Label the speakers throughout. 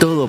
Speaker 1: Todo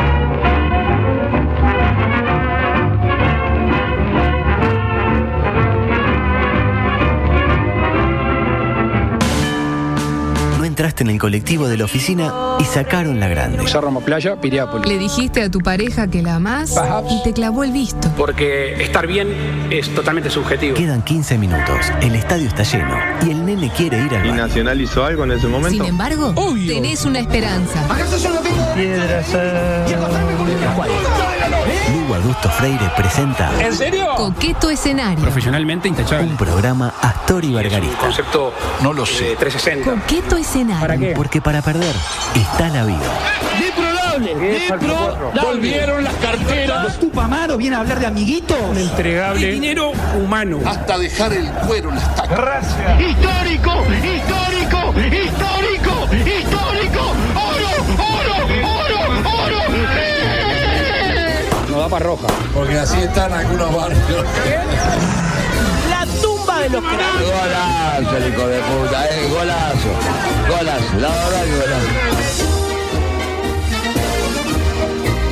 Speaker 1: No entraste en el colectivo de la oficina y sacaron la grande.
Speaker 2: Cerro Playa, Piriápolis.
Speaker 3: Le dijiste a tu pareja que la amás
Speaker 2: Perhaps.
Speaker 3: y te clavó el visto.
Speaker 4: Porque estar bien es totalmente subjetivo.
Speaker 1: Quedan 15 minutos, el estadio está lleno y el nene quiere ir al
Speaker 5: ¿Y
Speaker 1: baño.
Speaker 5: Nacional hizo algo en ese
Speaker 3: Sin
Speaker 5: momento?
Speaker 6: em-
Speaker 3: embargo, tenés una esperanza.
Speaker 7: Ah.
Speaker 1: Lugo Augusto Freire presenta
Speaker 3: Coqueto escenario.
Speaker 4: Profesionalmente intachable.
Speaker 1: un programa Astor y
Speaker 4: Un
Speaker 1: Bargarista.
Speaker 4: concepto eh, no lo sé. 360.
Speaker 3: Coqueto escenario.
Speaker 1: Porque para perder está la vida.
Speaker 8: Volvieron las carteras.
Speaker 9: Tupamaro viene a hablar de amiguitos.
Speaker 4: Entregable. dinero humano.
Speaker 8: Hasta dejar el cuero en las tacas.
Speaker 10: histórico, histórico, histórico, histórico, oro, oro, oro, oro. eh.
Speaker 2: Nos da para roja.
Speaker 8: Porque así están algunos barrios.
Speaker 9: La tumba de los cráneos.
Speaker 8: Golazo, el hijo de puta, eh, golazo. Golazo, la verdad que golazo.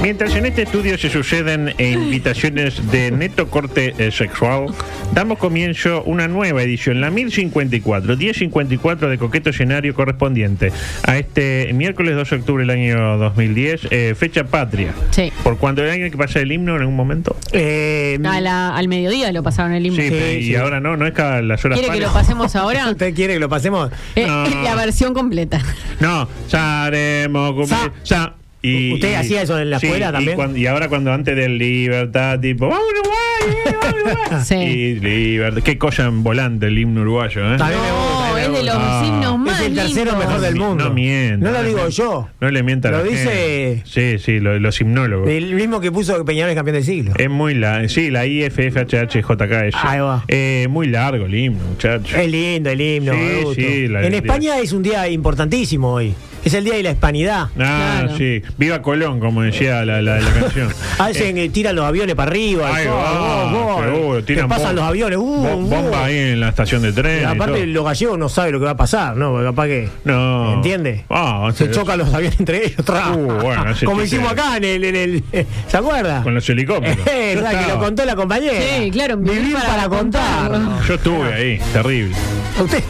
Speaker 7: Mientras en este estudio se suceden eh, invitaciones de neto corte eh, sexual, damos comienzo una nueva edición, la 1054, 1054 de Coqueto Escenario correspondiente a este miércoles 12 de octubre del año 2010, eh, fecha patria.
Speaker 6: Sí.
Speaker 7: ¿Por cuando el año que pasa el himno en algún momento?
Speaker 6: A la- al mediodía lo pasaron el himno.
Speaker 7: Sí, pe- y ahora no, no es cada las horas
Speaker 6: ¿Quiere que
Speaker 7: pares.
Speaker 6: lo pasemos ahora?
Speaker 9: ¿Usted quiere que lo pasemos?
Speaker 6: Eh,
Speaker 7: No.
Speaker 6: La versión completa.
Speaker 7: No, saremos cumplir- sa- y,
Speaker 9: ¿Usted
Speaker 7: y-
Speaker 9: hacía eso en la
Speaker 7: sí,
Speaker 9: escuela
Speaker 7: y
Speaker 9: también?
Speaker 7: cuan- y ahora cuando antes del libertad, tipo, ¡vamos Uruguay! eh, vamos, Uruguay!
Speaker 6: Sí.
Speaker 7: Y libertad. Qué cosa en volante el himno uruguayo, ¿eh?
Speaker 9: Está A mí bien. me gusta,
Speaker 6: No,
Speaker 9: me
Speaker 6: es de los
Speaker 7: gusta.
Speaker 6: himnos más
Speaker 9: Es el tercero
Speaker 6: lindos.
Speaker 9: mejor del
Speaker 7: mi-
Speaker 9: mundo.
Speaker 7: no mienta.
Speaker 9: No lo digo yo.
Speaker 7: No le mientan.
Speaker 9: Lo dice-
Speaker 7: Sí, sí, lo- los himnólogos.
Speaker 9: El mismo que puso que Peñarol es campeón del siglo.
Speaker 7: Es muy la Sí, la IFFHHJK. es-
Speaker 9: Ahí va. Eh,
Speaker 7: Eh, muy largo el himno, muchachos.
Speaker 9: Es lindo el himno.
Speaker 7: Sí,
Speaker 9: Augusto.
Speaker 7: sí, la-
Speaker 9: en España es un día importantísimo hoy. Es el día de la hispanidad.
Speaker 7: Ah,
Speaker 6: Claro.
Speaker 7: sí. Viva Colón, como decía la, la, la canción.
Speaker 9: Hacen, eh, tiran los aviones para arriba.
Speaker 7: Ahí
Speaker 9: todo,
Speaker 7: va,
Speaker 9: vos, vos,
Speaker 7: seguro,
Speaker 9: te
Speaker 7: tiran
Speaker 9: pasan
Speaker 7: bom-
Speaker 9: los aviones. uh,
Speaker 7: Bo-
Speaker 9: uh.
Speaker 7: bomba ahí en la estación de tren. y
Speaker 9: Aparte,
Speaker 7: todo.
Speaker 9: los gallegos no saben lo que va a pasar, ¿no? Porque capaz que.
Speaker 7: No.
Speaker 9: ¿Entiende?
Speaker 7: Ah,
Speaker 9: Se
Speaker 7: sí,
Speaker 9: chocan los aviones entre ellos. tra.
Speaker 7: Uh, bueno, ese
Speaker 9: Como
Speaker 7: chiste-
Speaker 9: hicimos acá en el. en el- ¿Se acuerda?
Speaker 7: Con los helicópteros.
Speaker 9: Eh,
Speaker 7: Yo
Speaker 9: ¿verdad que lo
Speaker 7: estaba.
Speaker 9: contó la compañera.
Speaker 6: Sí, claro,
Speaker 9: Vivir para, contar.
Speaker 7: Yo estuve ahí, terrible.
Speaker 9: Usted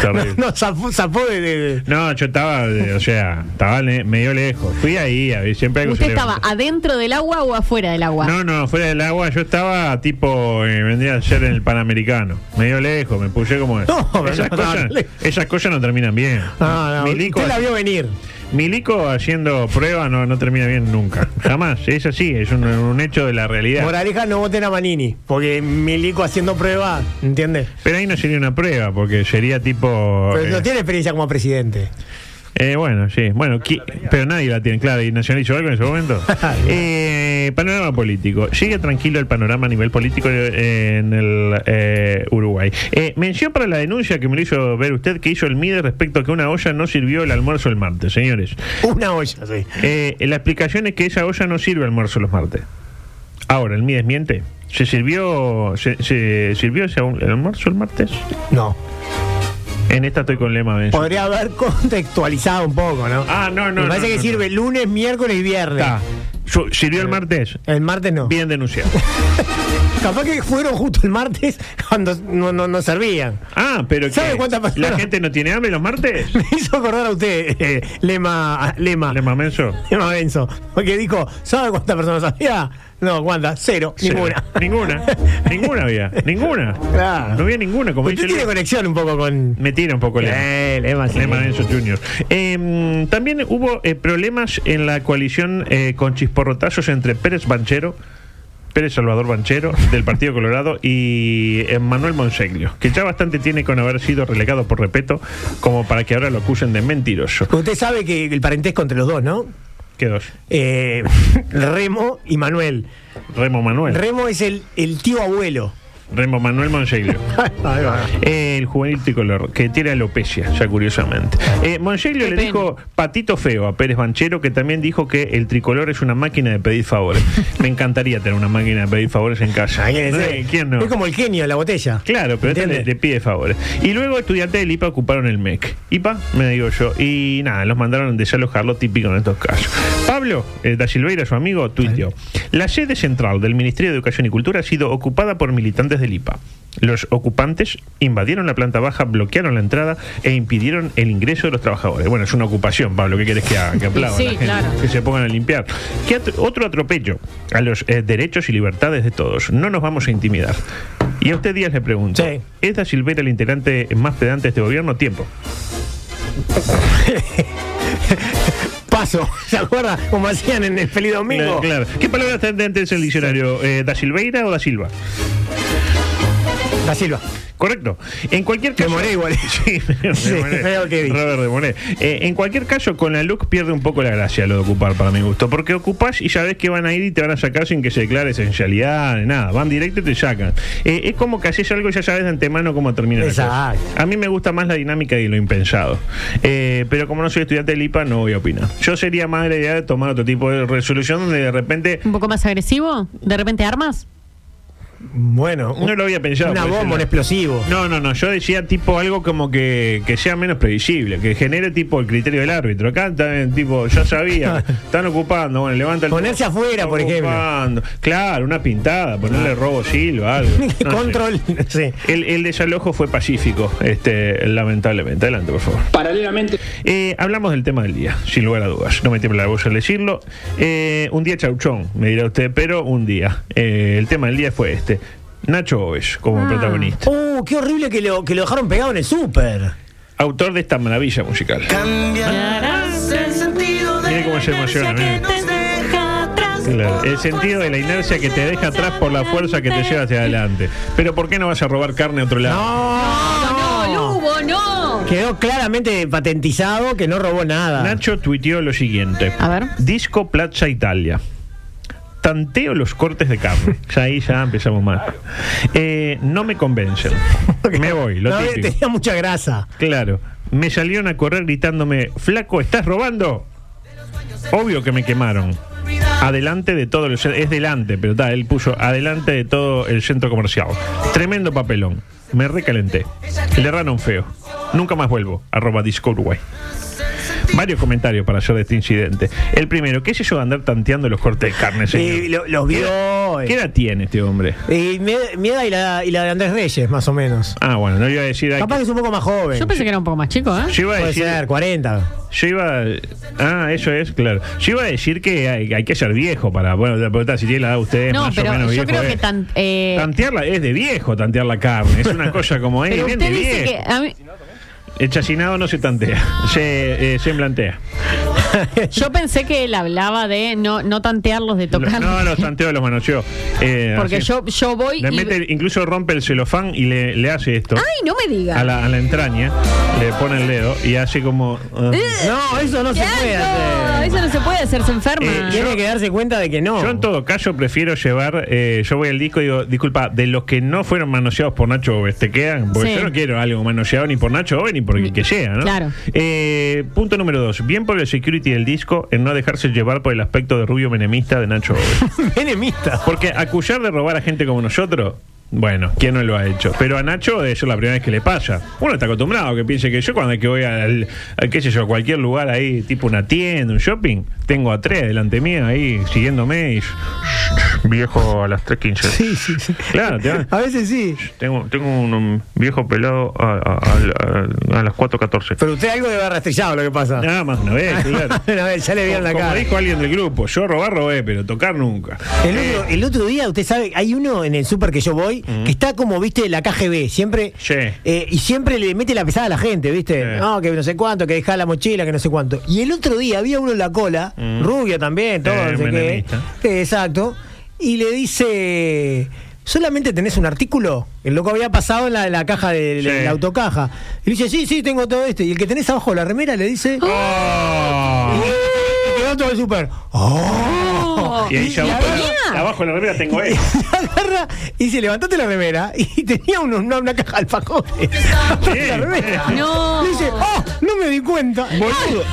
Speaker 7: Terrible.
Speaker 9: no zapó, zapó de, de-
Speaker 7: No, yo estaba, de- o sea, estaba le- medio lejos. Fui ahí, a ver, siempre algo
Speaker 6: ¿Usted
Speaker 7: se
Speaker 6: estaba
Speaker 7: levanta.
Speaker 6: adentro del agua o afuera del agua?
Speaker 7: No, no, fuera del agua, yo estaba tipo, eh, vendría a ser en el Panamericano. Medio lejos, me puse como...
Speaker 9: No, pero
Speaker 7: esas,
Speaker 9: no,
Speaker 7: cosas,
Speaker 9: dale.
Speaker 7: esas cosas no terminan bien.
Speaker 9: No, no,
Speaker 7: Milico,
Speaker 9: usted la vio venir.
Speaker 7: Milico haciendo prueba no, no termina bien nunca. Jamás, es así, es un, un hecho de la realidad.
Speaker 9: Moraleja, no voten a Manini. Porque Milico haciendo prueba, ¿entiendes?
Speaker 7: Pero ahí no sería una prueba, porque sería tipo...
Speaker 9: Pero no
Speaker 7: eh,
Speaker 9: tiene experiencia como presidente.
Speaker 7: Eh, bueno, sí. Bueno, qui- pero nadie la tiene, claro. ¿Y Nacional hizo algo en ese momento? Eh, panorama político. Sigue tranquilo el panorama a nivel político eh, en el eh, Uruguay. Eh, mención para la denuncia que me lo hizo ver usted que hizo el MIDE respecto a que una olla no sirvió el almuerzo el martes, señores.
Speaker 9: Una olla, sí.
Speaker 7: Eh, la explicación es que esa olla no sirve almuerzo los martes. Ahora, el MIDE miente. ¿Se sirvió, se, se sirvió ese al- el almuerzo el martes?
Speaker 9: No.
Speaker 7: En esta estoy con Lema Benson.
Speaker 9: Podría haber contextualizado un poco, ¿no?
Speaker 7: Ah, no, no,
Speaker 9: Me parece
Speaker 7: no,
Speaker 9: que
Speaker 7: no,
Speaker 9: sirve lunes, Eh. miércoles y viernes.
Speaker 7: Está. Su- ¿Sirvió el martes?
Speaker 9: El martes no.
Speaker 7: Bien denunciado.
Speaker 9: Capaz que fueron justo el martes cuando no, no, no servían.
Speaker 7: Ah, pero
Speaker 9: ¿Sabe
Speaker 7: ¿qué?
Speaker 9: cuántas personas?
Speaker 7: ¿La gente no tiene hambre los martes?
Speaker 9: Me hizo acordar a usted, eh, Lema, Lema,
Speaker 7: ¿Le mamenso?
Speaker 9: Lema Benzo, porque dijo, ¿sabe cuántas personas había? No, ¿cuántas? Cero, ninguna.
Speaker 7: Ninguna. ninguna había. Ninguna.
Speaker 9: Claro.
Speaker 7: No había ninguna. Como
Speaker 9: Usted
Speaker 7: dice
Speaker 9: tiene
Speaker 7: Leo.
Speaker 9: conexión un poco con...
Speaker 7: Me tira un poco Lema.
Speaker 9: Eh, Lema, sí.
Speaker 7: Lema Benzo Jr. Eh, también hubo eh, problemas en la coalición eh, con chisporrotazos entre Pérez Banchero, Pérez Salvador Banchero, del Partido Colorado, y eh, Manuel Monseglio, que ya bastante tiene con haber sido relegado por repeto, como para que ahora lo acusen de mentiroso.
Speaker 9: Usted sabe que el parentesco entre los dos, ¿no?
Speaker 7: ¿Qué dos?
Speaker 9: Eh, Remo y Manuel.
Speaker 7: Remo Manuel.
Speaker 9: Remo es el, el tío abuelo.
Speaker 7: Remo Manuel Monseglio.
Speaker 9: Ahí va.
Speaker 7: Eh, el juvenil tricolor, que tiene alopecia, ya curiosamente. Eh, Mongeglio
Speaker 6: Qué
Speaker 7: le
Speaker 6: pena.
Speaker 7: dijo patito feo a Pérez Banchero, que también dijo que el tricolor es una máquina de pedir favores. Me encantaría tener una máquina de pedir favores en casa.
Speaker 9: Ah, ¿quién es
Speaker 7: Eh,
Speaker 9: él?
Speaker 7: ¿Quién no?
Speaker 9: Es como el genio de la botella.
Speaker 7: Claro, pero este le,
Speaker 9: ¿Entiendes?
Speaker 7: le pide favores. Y luego estudiantes del IPA ocuparon el MEC. IPA, me digo yo. Y nada, los mandaron desalojarlo, típico en estos casos. Pablo eh, da Silveira, su amigo, tuiteó. La sede central del Ministerio de Educación y Cultura ha sido ocupada por militantes del IPA. Los ocupantes invadieron la planta baja, bloquearon la entrada e impidieron el ingreso de los trabajadores. Bueno, es una ocupación, Pablo. ¿Qué querés que haga? Que aplaudan
Speaker 6: Sí,
Speaker 7: la gente,
Speaker 6: claro.
Speaker 7: que se pongan a limpiar. ¿Qué atro- otro atropello a los eh, derechos y libertades de todos. No nos vamos a intimidar. Y a usted Díaz le pregunto,
Speaker 9: Sí.
Speaker 7: ¿es Da Silvera el integrante más pedante de este gobierno? Tiempo.
Speaker 9: Paso, ¿se acuerda? Como hacían en el Feliz Domingo.
Speaker 7: Claro, claro. ¿Qué palabra está antes en el diccionario? Eh, ¿Da Silveira o Da Silva?
Speaker 9: Da Silva.
Speaker 7: Correcto. En cualquier caso.
Speaker 9: Demoré igual.
Speaker 7: Sí, me
Speaker 9: Sí,
Speaker 7: demoré.
Speaker 9: veo que dije.
Speaker 7: Robert Demoré. Eh, en cualquier caso, con la look pierde un poco la gracia lo de ocupar, para mi gusto. Porque ocupás y sabés que van a ir y te van a sacar sin que se declare esencialidad, ni nada. Van directo y te sacan. Eh, es como que haces algo y ya sabes de antemano cómo termina la cosa.
Speaker 9: Exacto.
Speaker 7: A mí me gusta más la dinámica y lo impensado. Eh, pero como no soy estudiante del IPA, no voy a opinar. Yo sería más de la idea de tomar otro tipo de resolución donde de repente.
Speaker 6: ¿Un poco más agresivo? ¿De repente armas?
Speaker 9: Bueno,
Speaker 7: No lo había pensado.
Speaker 9: una
Speaker 7: por
Speaker 9: bomba, un
Speaker 7: decirlo.
Speaker 9: explosivo.
Speaker 7: No, no, no. Yo decía tipo algo como que, que sea menos previsible, que genere tipo el criterio del árbitro. Acá también, tipo, ya sabía, están ocupando, bueno, levanta el.
Speaker 9: Ponerse afuera, por ejemplo. Ah.
Speaker 7: Ocupando. Claro, una pintada, ponerle robo silva, algo. No sé.
Speaker 9: Control, sí.
Speaker 7: El, el desalojo fue pacífico, este, lamentablemente. Adelante, por favor.
Speaker 4: Paralelamente,
Speaker 7: Eh, hablamos del tema del día, sin lugar a dudas. No me tiembla la voz al decirlo. Eh, un día chauchón, me dirá usted, pero un día. Eh, el tema del día fue este. Nacho Oves como
Speaker 6: Ah.
Speaker 7: protagonista.
Speaker 9: Uh, qué horrible que lo, que lo dejaron pegado en el súper.
Speaker 7: autor de esta maravilla musical. Mire cómo se emociona. mire. Claro, El sentido de la inercia que te deja atrás por la fuerza que te lleva hacia adelante. Pero ¿por qué no vas a robar carne a otro lado? Ah.
Speaker 9: No,
Speaker 6: Lugo, no!
Speaker 9: Quedó claramente patentizado que no robó nada.
Speaker 7: Nacho tuiteó lo siguiente.
Speaker 6: A ver.
Speaker 7: Disco Plaza Italia. Tanteo los cortes de carne. Ya ahí ya empezamos mal. Eh, no me convencen. Me voy, lo
Speaker 9: No, eh,
Speaker 7: típico.
Speaker 9: tenía mucha grasa.
Speaker 7: Claro. Me salieron a correr gritándome, flaco, ¿estás robando? Obvio que me quemaron. Adelante de todo, el, ce- es delante, pero está, él puso adelante de todo el centro comercial. Tremendo papelón. Me recalenté. Le erraron feo. Nunca más vuelvo. Arroba Disco Uruguay. Varios comentarios para hacer de este incidente. El primero, ¿qué es eso de andar tanteando los cortes de carne, señor?
Speaker 9: Y lo- los vio. eh.
Speaker 7: ¿Qué edad tiene este hombre?
Speaker 9: Y mi, mi edad y la, y la de Andrés Reyes, más o menos.
Speaker 7: Ah, bueno, no iba a decir... ay,
Speaker 9: Capaz que es un poco más joven.
Speaker 6: Yo pensé que era un poco más chico, ¿eh?
Speaker 7: yo iba a
Speaker 9: Puede
Speaker 7: decir-
Speaker 9: ser, 40.
Speaker 7: Yo iba. Ah, eso es, claro. Yo iba a decir que hay, hay que ser viejo para. Bueno, la pregunta si tiene la edad ustedes
Speaker 6: No,
Speaker 7: más o
Speaker 6: pero
Speaker 7: menos
Speaker 6: yo
Speaker 7: viejo
Speaker 6: creo
Speaker 7: es.
Speaker 6: que tan- eh,
Speaker 7: Tantearla es de viejo tantear la carne. Es una cosa como. Eh,
Speaker 6: Pero
Speaker 7: bien
Speaker 6: usted
Speaker 7: de
Speaker 6: dice
Speaker 7: viejo.
Speaker 6: que. a mí-
Speaker 7: El chacinado no se tantea, se, eh, se plantea.
Speaker 6: yo pensé que él hablaba de no, no tantearlos, de tocar.
Speaker 7: No, los tanteos los manoseó. Eh,
Speaker 6: porque
Speaker 7: así.
Speaker 6: yo, yo voy
Speaker 7: Le
Speaker 6: y.
Speaker 7: mete- incluso rompe el celofán y le, le hace esto.
Speaker 6: ¡Ay, no me diga!
Speaker 7: A la, a la entraña, le pone el dedo y hace como. ah.
Speaker 9: No, eso no se
Speaker 6: Uh, ¡Qué
Speaker 9: puede
Speaker 6: asco!
Speaker 9: hacer.
Speaker 6: Eso no se puede hacerse enferma.
Speaker 7: Eh,
Speaker 9: Tiene que darse cuenta de que no.
Speaker 7: Yo en todo caso prefiero llevar, eh, yo voy al disco y digo, disculpa, de los que no fueron manoseados por Nacho Oves, ¿te quedan? Porque
Speaker 6: Sí.
Speaker 7: yo no quiero algo manoseado ni por Nacho Oves ni por el que sea, ¿no?
Speaker 6: Claro.
Speaker 7: Eh, punto número dos, bien por el security del disco en no dejarse llevar por el aspecto de rubio menemista de Nacho Oves.
Speaker 9: Menemista.
Speaker 7: Porque acusar de robar a gente como nosotros, bueno, ¿quién no lo ha hecho? Pero a Nacho eso es la primera vez que le pasa. Uno está acostumbrado que piense que yo cuando es que voy al, al, qué sé yo, cualquier lugar ahí, tipo una tienda, un shopping, tengo a tres delante mía ahí siguiéndome y viejo a las 3.15.
Speaker 9: Sí, sí, sí.
Speaker 7: Claro, te va.
Speaker 9: A veces sí.
Speaker 7: Tengo, tengo un, um, viejo pelado a, a- a- a- a las 4.14.
Speaker 9: Pero usted algo debe haber rastrillado lo que pasa.
Speaker 7: Nada más una vez, claro.
Speaker 9: Una vez, ya le vieron la
Speaker 7: Como
Speaker 9: cara.
Speaker 7: dijo alguien del grupo, yo robar robé, pero tocar nunca. Eh.
Speaker 9: El otro, el otro día, usted sabe, hay uno en el súper que yo voy que está como, viste, la KGB, siempre.
Speaker 7: Sí.
Speaker 9: eh, y siempre le mete la pesada a la gente, viste.
Speaker 7: Sí.
Speaker 9: No, que no sé cuánto, que deja la mochila, que no sé cuánto. Y el otro día había uno en la cola, rubio también, todo,
Speaker 7: Mm. Sí,
Speaker 9: no sé qué.
Speaker 7: menemista.
Speaker 9: Eh, exacto. Y le dice. ¿Solamente tenés un artículo? El loco había pasado en la, la caja de la,
Speaker 7: Sí.
Speaker 9: la autocaja. Oh. Y le dice, sí, sí, tengo todo esto. Y el que tenés abajo de la remera le dice.
Speaker 7: ¡Oh!
Speaker 9: Y quedó gato del super.
Speaker 6: Uh.
Speaker 9: ¡Oh!
Speaker 7: Y ahí ya abajo,
Speaker 9: agarra-
Speaker 7: la- abajo de la remera tengo
Speaker 9: y
Speaker 7: eso.
Speaker 9: agarra y se levantaste la remera y tenía unos- una, una caja de alfajores.
Speaker 7: Ah,
Speaker 9: Atrás de la remera.
Speaker 6: No.
Speaker 9: Y dice, ¡oh! No me di cuenta.
Speaker 7: Boludo.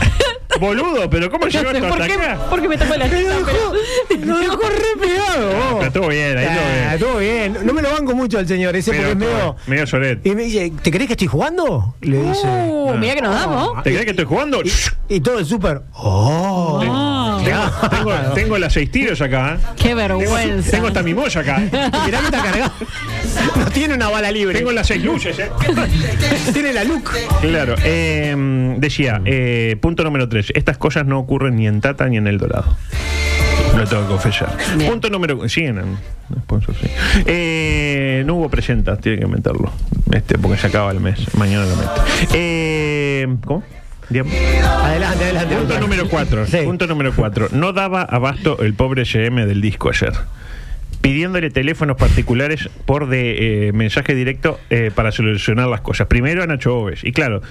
Speaker 7: Boludo, pero ¿cómo llegó esto
Speaker 6: ¿Por
Speaker 7: hasta
Speaker 6: qué,
Speaker 7: acá?
Speaker 6: por qué me tocó la
Speaker 9: Me lo
Speaker 6: chica?
Speaker 9: dejó, lo dejó re pegado. vos.
Speaker 7: Ah, Pero estuvo bien, ahí lo
Speaker 9: Ah,
Speaker 7: ve.
Speaker 9: estuvo bien. No me lo banco mucho al señor ese
Speaker 7: Pero
Speaker 9: porque es medio.
Speaker 7: estuvo- medio lloret.
Speaker 9: Y me dice, ¿te crees que estoy jugando? Le dice.
Speaker 6: Uh, mira que nos damos.
Speaker 7: ¿Te crees que estoy jugando?
Speaker 9: Y todo el súper. ¡Oh!
Speaker 7: Tengo, tengo, tengo las seis tiros acá. ¿eh?
Speaker 6: Ah, Qué
Speaker 7: Tengo,
Speaker 6: vergüenza.
Speaker 7: tengo esta mimoya acá. ¿eh?
Speaker 9: Mirá que está cargado. No tiene una bala libre.
Speaker 7: Tengo las seis luces, ¿eh?
Speaker 9: Tiene la look.
Speaker 7: Claro. eh, decía, eh, punto número tres. Estas cosas no ocurren ni en Tata ni en El Dorado. Lo tengo que confesar.
Speaker 6: Bien.
Speaker 7: Punto número. Sí, en, en sponsor, sí. Eh, no hubo presentas, tiene que meterlo. Este, porque se acaba el mes. Mañana lo meto. Eh, ¿Cómo? Digamos.
Speaker 9: Adelante, adelante.
Speaker 7: Punto número 4.
Speaker 9: Sí.
Speaker 7: Punto número 4. No daba abasto el pobre GM del disco ayer. Pidiéndole teléfonos particulares por de eh, mensaje directo eh, para solucionar las cosas. Primero a Nacho Oves. Y claro,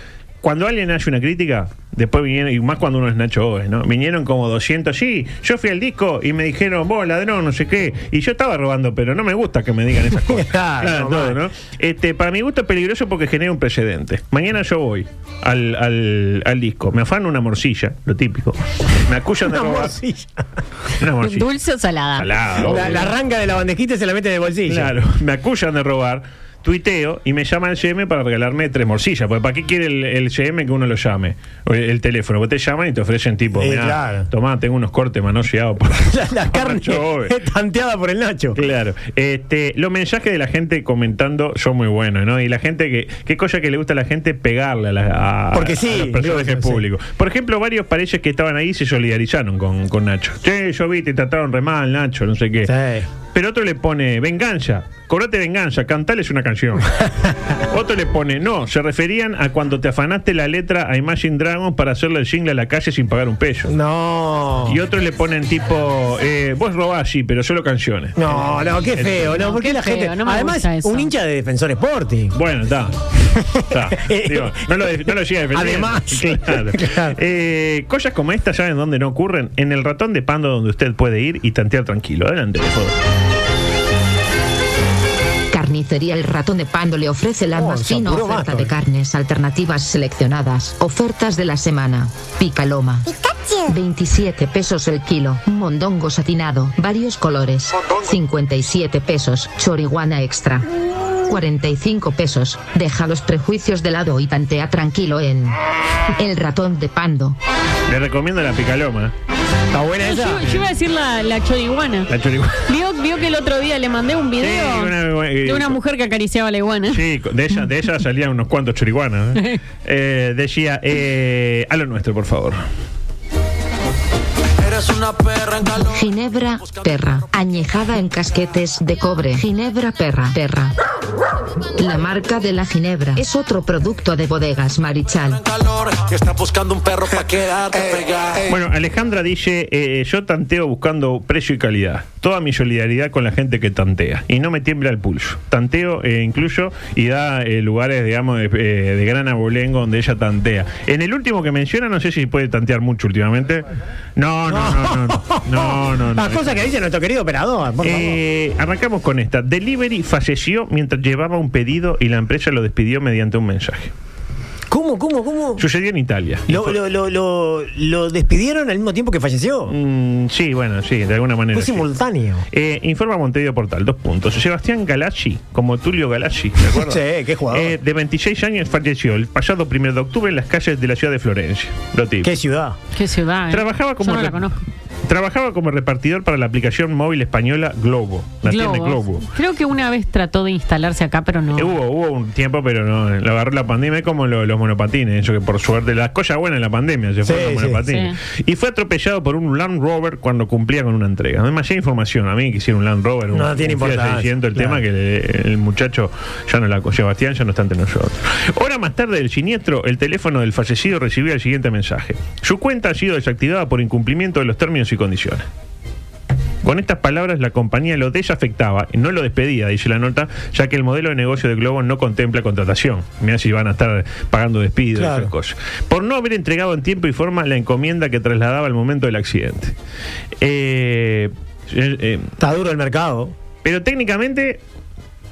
Speaker 7: cuando alguien hace una crítica, después vinieron, y más cuando uno es Nacho Oves, ¿no? Vinieron como 200, sí, yo fui al disco y me dijeron, vos ladrón, no sé qué. Y yo estaba robando, pero no me gusta que me digan esas cosas.
Speaker 9: Claro,
Speaker 7: Claro,
Speaker 9: mal.
Speaker 7: todo, ¿no? Este, para mi gusto es peligroso porque genera un precedente. Mañana yo voy al, al, al disco, me afano una morcilla, lo típico. Me acusan de
Speaker 9: Una
Speaker 7: robar.
Speaker 9: morcilla.
Speaker 7: Una morcilla.
Speaker 6: Dulce o salada.
Speaker 7: Salada,
Speaker 9: La,
Speaker 7: obvio.
Speaker 9: la arranca de la bandejita y se la mete en el bolsillo.
Speaker 7: Claro, me acusan de robar, tuiteo y me llama el GM para regalarme tres morcillas. Porque ¿para qué quiere el, el GM que uno lo llame? O El, el teléfono, porque te llaman y te ofrecen tipo,
Speaker 9: Eh,
Speaker 7: mirá,
Speaker 9: claro.
Speaker 7: tomá, tengo unos cortes manoseados. por-
Speaker 9: La, la
Speaker 7: por
Speaker 9: carne
Speaker 7: Nacho Oves.
Speaker 9: tanteada por el Nacho.
Speaker 7: Claro. Este, los mensajes de la gente comentando son muy buenos, ¿no? Y la gente que. ¿Qué cosa que le gusta a la gente pegarle a, la, a-
Speaker 9: Porque
Speaker 7: a
Speaker 9: sí,
Speaker 7: los personajes
Speaker 9: digo eso,
Speaker 7: públicos? Por ejemplo, varios pareces que estaban ahí se solidarizaron con, con Nacho. Che, yo vi, te trataron re mal, Nacho, no sé qué.
Speaker 9: Sí.
Speaker 7: Pero otro le pone venganza, cobrate venganza, cantales una canción. otro le pone, no, se referían a cuando te afanaste la letra a Imagine Dragons para hacerle el jingle a la calle sin pagar un peso.
Speaker 9: No.
Speaker 7: Y otros le ponen tipo, eh, vos robás, sí, pero solo canciones.
Speaker 9: No, no, qué feo, no, porque
Speaker 6: qué
Speaker 9: la gente.
Speaker 6: feo, no me
Speaker 9: además,
Speaker 6: gusta eso.
Speaker 9: un hincha de defensor Sporting.
Speaker 7: Bueno, está. Está. Digo, no lo, de- no lo llega a defender.
Speaker 9: Además.
Speaker 7: Claro.
Speaker 9: Claro.
Speaker 7: Eh, cosas como estas, ¿saben dónde no ocurren? En el ratón de pando donde usted puede ir y tantear tranquilo. Adelante, por favor.
Speaker 2: Carnicería El Ratón de Pando le ofrece la
Speaker 9: Oh,
Speaker 2: más
Speaker 9: se
Speaker 2: fina
Speaker 9: apuró
Speaker 2: oferta
Speaker 9: Mato, eh.
Speaker 2: de carnes alternativas seleccionadas. Ofertas de la semana. Picaloma. 27 pesos el kilo. Mondongo satinado. Varios colores. 57 pesos. Choriguana extra. 45 pesos. Deja los prejuicios de lado y tantea tranquilo en El Ratón de Pando.
Speaker 7: Le recomiendo la picaloma,
Speaker 9: ¿Está
Speaker 6: Yo,
Speaker 9: buena esa?
Speaker 6: yo iba a decir la, la choriguana.
Speaker 7: la choriguana.
Speaker 6: Vio, vio que el otro día le mandé un video
Speaker 7: Sí, una- eh,
Speaker 6: de una mujer que acariciaba a la iguana.
Speaker 7: Sí, de ella, de ella salían unos cuantos choriguanas. ¿eh? Eh, decía, eh, a lo nuestro, por favor.
Speaker 2: Ginebra Perra, añejada en casquetes de cobre. Ginebra Perra, Perra. La marca de la Ginebra es otro producto de bodegas Marichal.
Speaker 8: Eh,
Speaker 7: Bueno, Alejandra dice, eh, yo tanteo buscando precio y calidad. Toda mi solidaridad con la gente que tantea. Y no me tiembla el pulso. Tanteo eh, incluso y da eh, lugares, digamos, de, eh, de gran abolengo donde ella tantea. En el último que menciona, no sé si puede tantear mucho últimamente. No, no, no, no. No, no, no.
Speaker 9: Las cosas que dice nuestro querido operador, por favor.
Speaker 7: Eh, arrancamos con esta. Delivery falleció mientras llevaba un pedido y la empresa lo despidió mediante un mensaje.
Speaker 9: ¿Cómo, cómo, cómo?
Speaker 7: Sucedió en Italia.
Speaker 9: Lo, lo, lo, lo, lo despidieron al mismo tiempo que falleció.
Speaker 7: Mm, sí, bueno, sí, de alguna manera.
Speaker 9: Fue
Speaker 7: sí.
Speaker 9: simultáneo.
Speaker 7: Eh, informa Montevideo Portal, dos puntos. Sebastián Galacci, como Tulio Galacci, ¿de acuerdo?
Speaker 9: Sí, qué jugador.
Speaker 7: Eh, de 26 años falleció el pasado 1 de octubre en las calles de la ciudad de Florencia. Lo típico.
Speaker 9: Qué ciudad.
Speaker 6: Qué ciudad. eh.
Speaker 7: Trabajaba como
Speaker 6: Yo no la
Speaker 7: rep-
Speaker 6: conozco.
Speaker 7: Trabajaba como repartidor para la aplicación móvil española Globo. La tienda Globo.
Speaker 6: Creo que una vez trató de instalarse acá, pero no.
Speaker 7: Eh, Hubo, hubo un tiempo, pero no, lo agarró la pandemia, es como lo- los monopatines, eso que por suerte, las cosas buenas en la pandemia, se fueron
Speaker 9: Sí,
Speaker 7: los
Speaker 9: sí.
Speaker 7: monopatines. Y fue atropellado por un Land Rover cuando cumplía con una entrega. Demasiada información, a mí que hicieron un Land Rover, un,
Speaker 9: No tiene
Speaker 7: un Fiat
Speaker 9: importancia,
Speaker 7: 600, el
Speaker 9: claro.
Speaker 7: tema que el, el muchacho ya no la Sebastián ya no está ante nosotros. Hora más tarde del siniestro, el teléfono del fallecido recibió el siguiente mensaje. Su cuenta ha sido desactivada por incumplimiento de los términos y condiciones. Con estas palabras, la compañía lo desafectaba, no lo despedía, dice la nota, ya que el modelo de negocio de Globo no contempla contratación. Mirá si van a estar pagando despidos y
Speaker 9: Claro.
Speaker 7: esas cosas. Por no haber entregado en tiempo y forma la encomienda que trasladaba al momento del accidente. Eh, eh, eh,
Speaker 9: Está duro el mercado.
Speaker 7: pero técnicamente,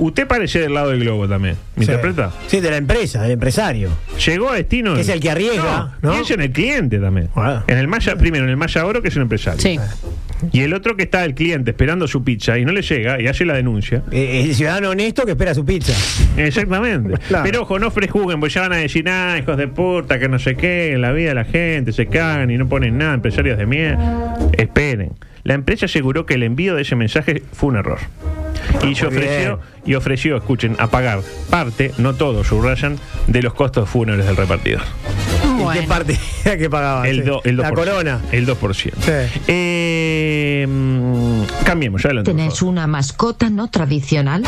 Speaker 7: usted parece del lado del Globo también. ¿Me
Speaker 9: Sí.
Speaker 7: interpreta?
Speaker 9: Sí, de la empresa, del empresario.
Speaker 7: Llegó a destino.
Speaker 9: Es el que arriesga, ¿no?
Speaker 7: Piensa en el cliente también.
Speaker 9: Ah.
Speaker 7: En el Maya, primero, en el Maya Oro, que es un empresario.
Speaker 6: Sí.
Speaker 7: Y el otro que está el cliente esperando su pizza y no le llega y hace la denuncia.
Speaker 9: Eh, el ciudadano honesto que espera su pizza.
Speaker 7: Exactamente.
Speaker 9: Claro.
Speaker 7: Pero ojo, no prejuzguen, porque ya van a decir, ah, hijos de puta, que no sé qué, en la vida de la gente, se cagan y no ponen nada, empresarios de mierda. Esperen. La empresa aseguró que el envío de ese mensaje fue un error. Y se
Speaker 9: muy
Speaker 7: ofreció, y ofreció, escuchen, a pagar parte, no todo, subrayan, de los costos fúnebres del repartidor.
Speaker 9: ¿Y qué parte era que pagaba?
Speaker 7: El,
Speaker 9: Ah, Sí.
Speaker 7: do- el 2%.
Speaker 9: la corona.
Speaker 7: El 2%.
Speaker 9: Sí.
Speaker 7: Eh, mm, cambiemos, ya adelante, por
Speaker 2: ¿Tenés
Speaker 7: favor.
Speaker 2: una mascota no tradicional?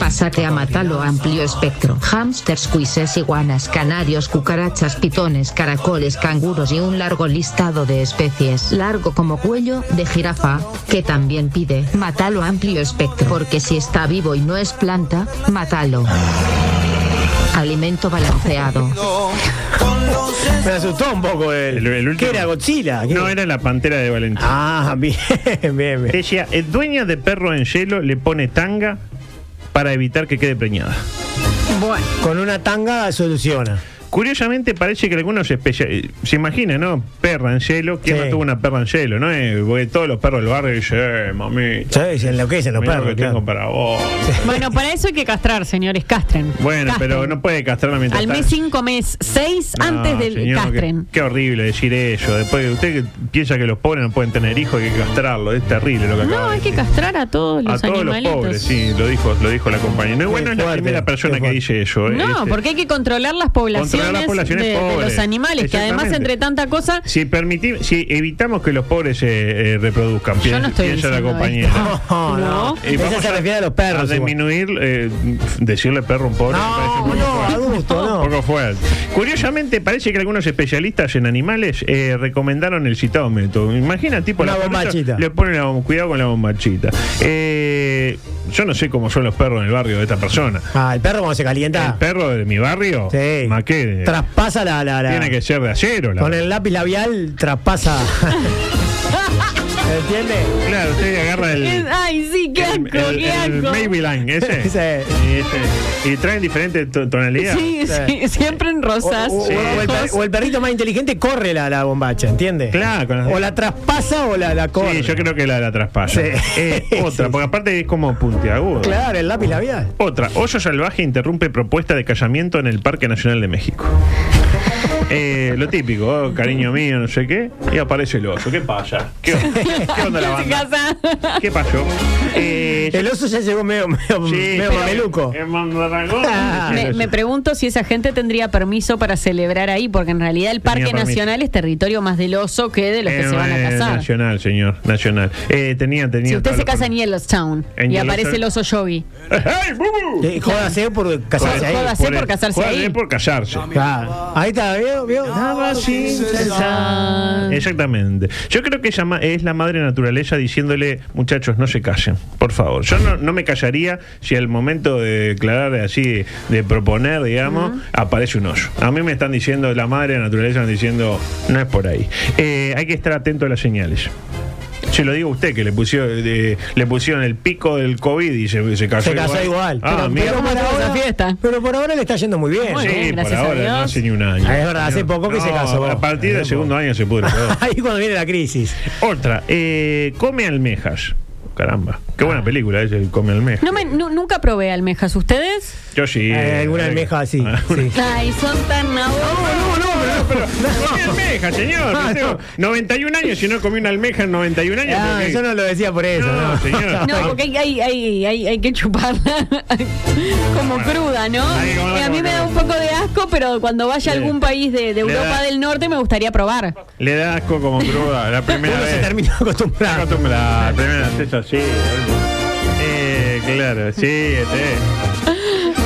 Speaker 2: Pásate a Matalo amplio espectro. Hamsters, cuises, iguanas, canarios, cucarachas, pitones, caracoles, canguros y un largo listado de especies. Largo como cuello de jirafa, que también pide Matalo amplio espectro. Porque si está vivo y no es planta, matalo.
Speaker 7: Ah.
Speaker 2: Alimento balanceado.
Speaker 9: Me asustó un poco el.
Speaker 7: El- el último.
Speaker 9: ¿Qué era Godzilla? ¿Qué?
Speaker 7: No, era la pantera de Valentín.
Speaker 9: Ah, bien, bien, bien.
Speaker 7: Ella, eh, dueña de perro en hielo, le pone tanga para evitar que quede preñada.
Speaker 6: Bueno,
Speaker 9: Con una tanga soluciona.
Speaker 7: Curiosamente parece que algunos especia- eh, se imagina, ¿no? Perra en hielo, ¿quién
Speaker 9: Sí.
Speaker 7: no tuvo una perra en hielo, no? Eh, porque todos los perros del barrio dicen, eh, mamita,
Speaker 9: ¿Sabes? Se enloquecen los
Speaker 7: mirá
Speaker 9: perros.
Speaker 7: lo que
Speaker 9: claro.
Speaker 7: tengo para vos.
Speaker 6: bueno, para eso hay que castrar, señores, castren.
Speaker 7: Bueno,
Speaker 6: Castren.
Speaker 7: pero no puede castrarla mientras
Speaker 6: Al
Speaker 7: está-
Speaker 6: mes 5, mes 6,
Speaker 7: No,
Speaker 6: antes del
Speaker 7: señor,
Speaker 6: castren.
Speaker 7: Qué, qué horrible decir eso. Después usted que piensa que los pobres no pueden tener hijos, hay que castrarlo. Es terrible lo que acaba
Speaker 6: No,
Speaker 7: de
Speaker 6: hay que
Speaker 7: decir.
Speaker 6: castrar a todos
Speaker 7: A
Speaker 6: los
Speaker 7: todos
Speaker 6: animalitos.
Speaker 7: los pobres, sí, lo dijo, lo dijo la compañía. No, bueno, es la
Speaker 9: fuerte,
Speaker 7: primera persona
Speaker 9: qué
Speaker 7: que
Speaker 9: fuerte.
Speaker 7: dice eso. eh,
Speaker 6: No,
Speaker 7: este.
Speaker 6: porque hay que controlar las poblaciones,
Speaker 7: Controlar las poblaciones
Speaker 6: de, de
Speaker 7: pobres.
Speaker 6: los animales, que además
Speaker 7: Exactamente.
Speaker 6: entre tanta cosa...
Speaker 7: Si, permitim- si evitamos que los pobres se eh, reproduzcan,
Speaker 6: Yo no
Speaker 7: piensa,
Speaker 6: estoy
Speaker 7: piensa la
Speaker 6: diciendo
Speaker 7: compañía.
Speaker 6: esto.
Speaker 9: No,
Speaker 6: No.
Speaker 9: no.
Speaker 7: Y
Speaker 9: Esa se refiere a los perros.
Speaker 7: a
Speaker 9: igual.
Speaker 7: disminuir, eh, decirle perro a un pobre. me
Speaker 9: No,
Speaker 7: parece un poco
Speaker 9: no,
Speaker 7: fuerte.
Speaker 9: adulto,
Speaker 7: Un
Speaker 9: no.
Speaker 7: poco fuerte. Curiosamente, parece que algunos especialistas en animales eh, recomendaron el citado método. Imagina, tipo,
Speaker 9: Una
Speaker 7: la perrita
Speaker 9: bombachita.
Speaker 7: le ponen la bom- cuidado con la bombachita. Eh, yo no sé cómo son los perros en el barrio de esta persona.
Speaker 9: Ah, el perro cuando se calienta.
Speaker 7: El perro de mi barrio,
Speaker 9: Sí.
Speaker 7: más que-
Speaker 9: Traspasa la. la, la-
Speaker 7: tiene que ser de acero. la
Speaker 9: Con el lápiz labial traspasa. ¿Entiendes?
Speaker 7: Claro, usted agarra el.
Speaker 6: Es- Ay, sí, qué
Speaker 7: el-
Speaker 6: asco,
Speaker 7: el-
Speaker 6: qué
Speaker 7: el
Speaker 6: asco.
Speaker 7: Maybelline, ese.
Speaker 9: Ese.
Speaker 7: Y, ese. Y traen diferentes to- tonalidades.
Speaker 6: Sí, sí, siempre en
Speaker 9: O,
Speaker 6: rosas.
Speaker 9: o- o el per- o el perrito más inteligente corre la, la bombacha, ¿entiendes?
Speaker 7: Claro, con las-
Speaker 9: O la traspasa o la, la corre.
Speaker 7: Sí, yo creo que la, la traspasa.
Speaker 9: Sí.
Speaker 7: Eh, otra,
Speaker 9: Sí,
Speaker 7: porque
Speaker 9: sí.
Speaker 7: aparte es como puntiagudo.
Speaker 9: Claro, el lápiz labial.
Speaker 7: Otra, oso salvaje interrumpe propuesta de callamiento en el Parque Nacional de México. Eh, lo típico, oh, cariño mío, no sé qué, y aparece el oso. ¿Qué pasa? ¿Qué, onda? ¿Qué onda la
Speaker 6: ¿Quién se
Speaker 7: banda?
Speaker 6: casa?
Speaker 7: ¿Qué pasó? Eh,
Speaker 9: El oso ya llegó medio, medio,
Speaker 7: sí,
Speaker 9: medio
Speaker 7: pero-
Speaker 9: mameluco.
Speaker 7: Eh, mandragón.
Speaker 9: Ah.
Speaker 6: Me, me pregunto si esa gente tendría permiso para celebrar ahí, porque en realidad el
Speaker 7: Tenía
Speaker 6: Parque
Speaker 7: permiso.
Speaker 6: Nacional es territorio más del oso que de los que
Speaker 7: Eh,
Speaker 6: se van a
Speaker 7: eh,
Speaker 6: casar.
Speaker 7: Nacional, señor, nacional. Eh, tenía, tenía.
Speaker 6: Si usted
Speaker 7: todos
Speaker 6: se
Speaker 7: los
Speaker 6: casa en
Speaker 7: permisos.
Speaker 6: Yellowstone
Speaker 7: En
Speaker 6: y
Speaker 7: Yellowstone.
Speaker 6: aparece el oso yogi,
Speaker 7: ¡Ey, bubu!
Speaker 9: Eh, Jódase por casarse ahí.
Speaker 6: Jódase. por casarse
Speaker 7: Jódase
Speaker 6: ahí.
Speaker 7: por casarse.
Speaker 9: Claro. Ahí está, ¿vio? ¿Vio? Nada sin
Speaker 7: Ah.
Speaker 6: Ah.
Speaker 9: cesar.
Speaker 7: Exactamente. Yo creo que ella ma- es la madre naturaleza diciéndole, muchachos, no se callen, por favor. Yo no, no me callaría si al momento de declarar, así, de proponer, digamos, aparece un oso. A mí me están diciendo, la madre naturaleza me está diciendo, no es por ahí. Eh, hay que estar atento a las señales. Se lo digo a usted, que le pusieron, eh, le pusieron el pico del COVID y se, se casó
Speaker 9: Se casó igual.
Speaker 7: Ah,
Speaker 9: pero,
Speaker 7: mira.
Speaker 9: pero
Speaker 6: ¿Cómo
Speaker 9: por
Speaker 6: estuvo
Speaker 9: ahora,
Speaker 6: esa fiesta?
Speaker 9: pero por ahora le está yendo muy bien.
Speaker 6: Bueno.
Speaker 7: sí, por
Speaker 6: gracias a
Speaker 7: ahora, no
Speaker 6: Dios.
Speaker 7: hace ni un año.
Speaker 9: Ah, es verdad, hace
Speaker 7: No,
Speaker 9: poco que se casó. Eh,
Speaker 7: A partir del
Speaker 9: Hace
Speaker 7: segundo
Speaker 9: poco.
Speaker 7: año se pudre. todo.
Speaker 9: Ahí cuando viene la crisis.
Speaker 7: Otra, eh, Come Almejas. Caramba, qué buena
Speaker 9: Ah.
Speaker 7: película es el Come Almejas.
Speaker 6: no me- nu- nunca probé almejas. ¿Ustedes?
Speaker 7: Yo sí.
Speaker 9: Eh, alguna almeja así.
Speaker 7: Ah,
Speaker 9: sí.
Speaker 6: Ay, son tan
Speaker 7: No, no, pero- pero- comí almeja, señor.
Speaker 9: No,
Speaker 7: Yo tengo
Speaker 9: Ah, no.
Speaker 7: 91 años, si no comí una almeja en 91 años.
Speaker 9: Ah,
Speaker 7: porque-
Speaker 9: yo no lo decía por eso.
Speaker 7: No,
Speaker 9: No,
Speaker 7: señora.
Speaker 6: No, porque hay, hay, hay, hay- hay que chuparla como cruda, ¿no?
Speaker 7: Ahí, como la
Speaker 6: Y a mí me da un poco de asco, pero cuando vaya a
Speaker 7: Le-
Speaker 6: algún país de, de
Speaker 7: le da-
Speaker 6: Europa del Norte me gustaría probar.
Speaker 7: Le da asco como cruda la primera
Speaker 9: Uno
Speaker 7: vez.
Speaker 9: se termina
Speaker 7: Está
Speaker 9: acostumbrando.
Speaker 7: acostumbrada, primera vez es así. Eh, claro, sí, este.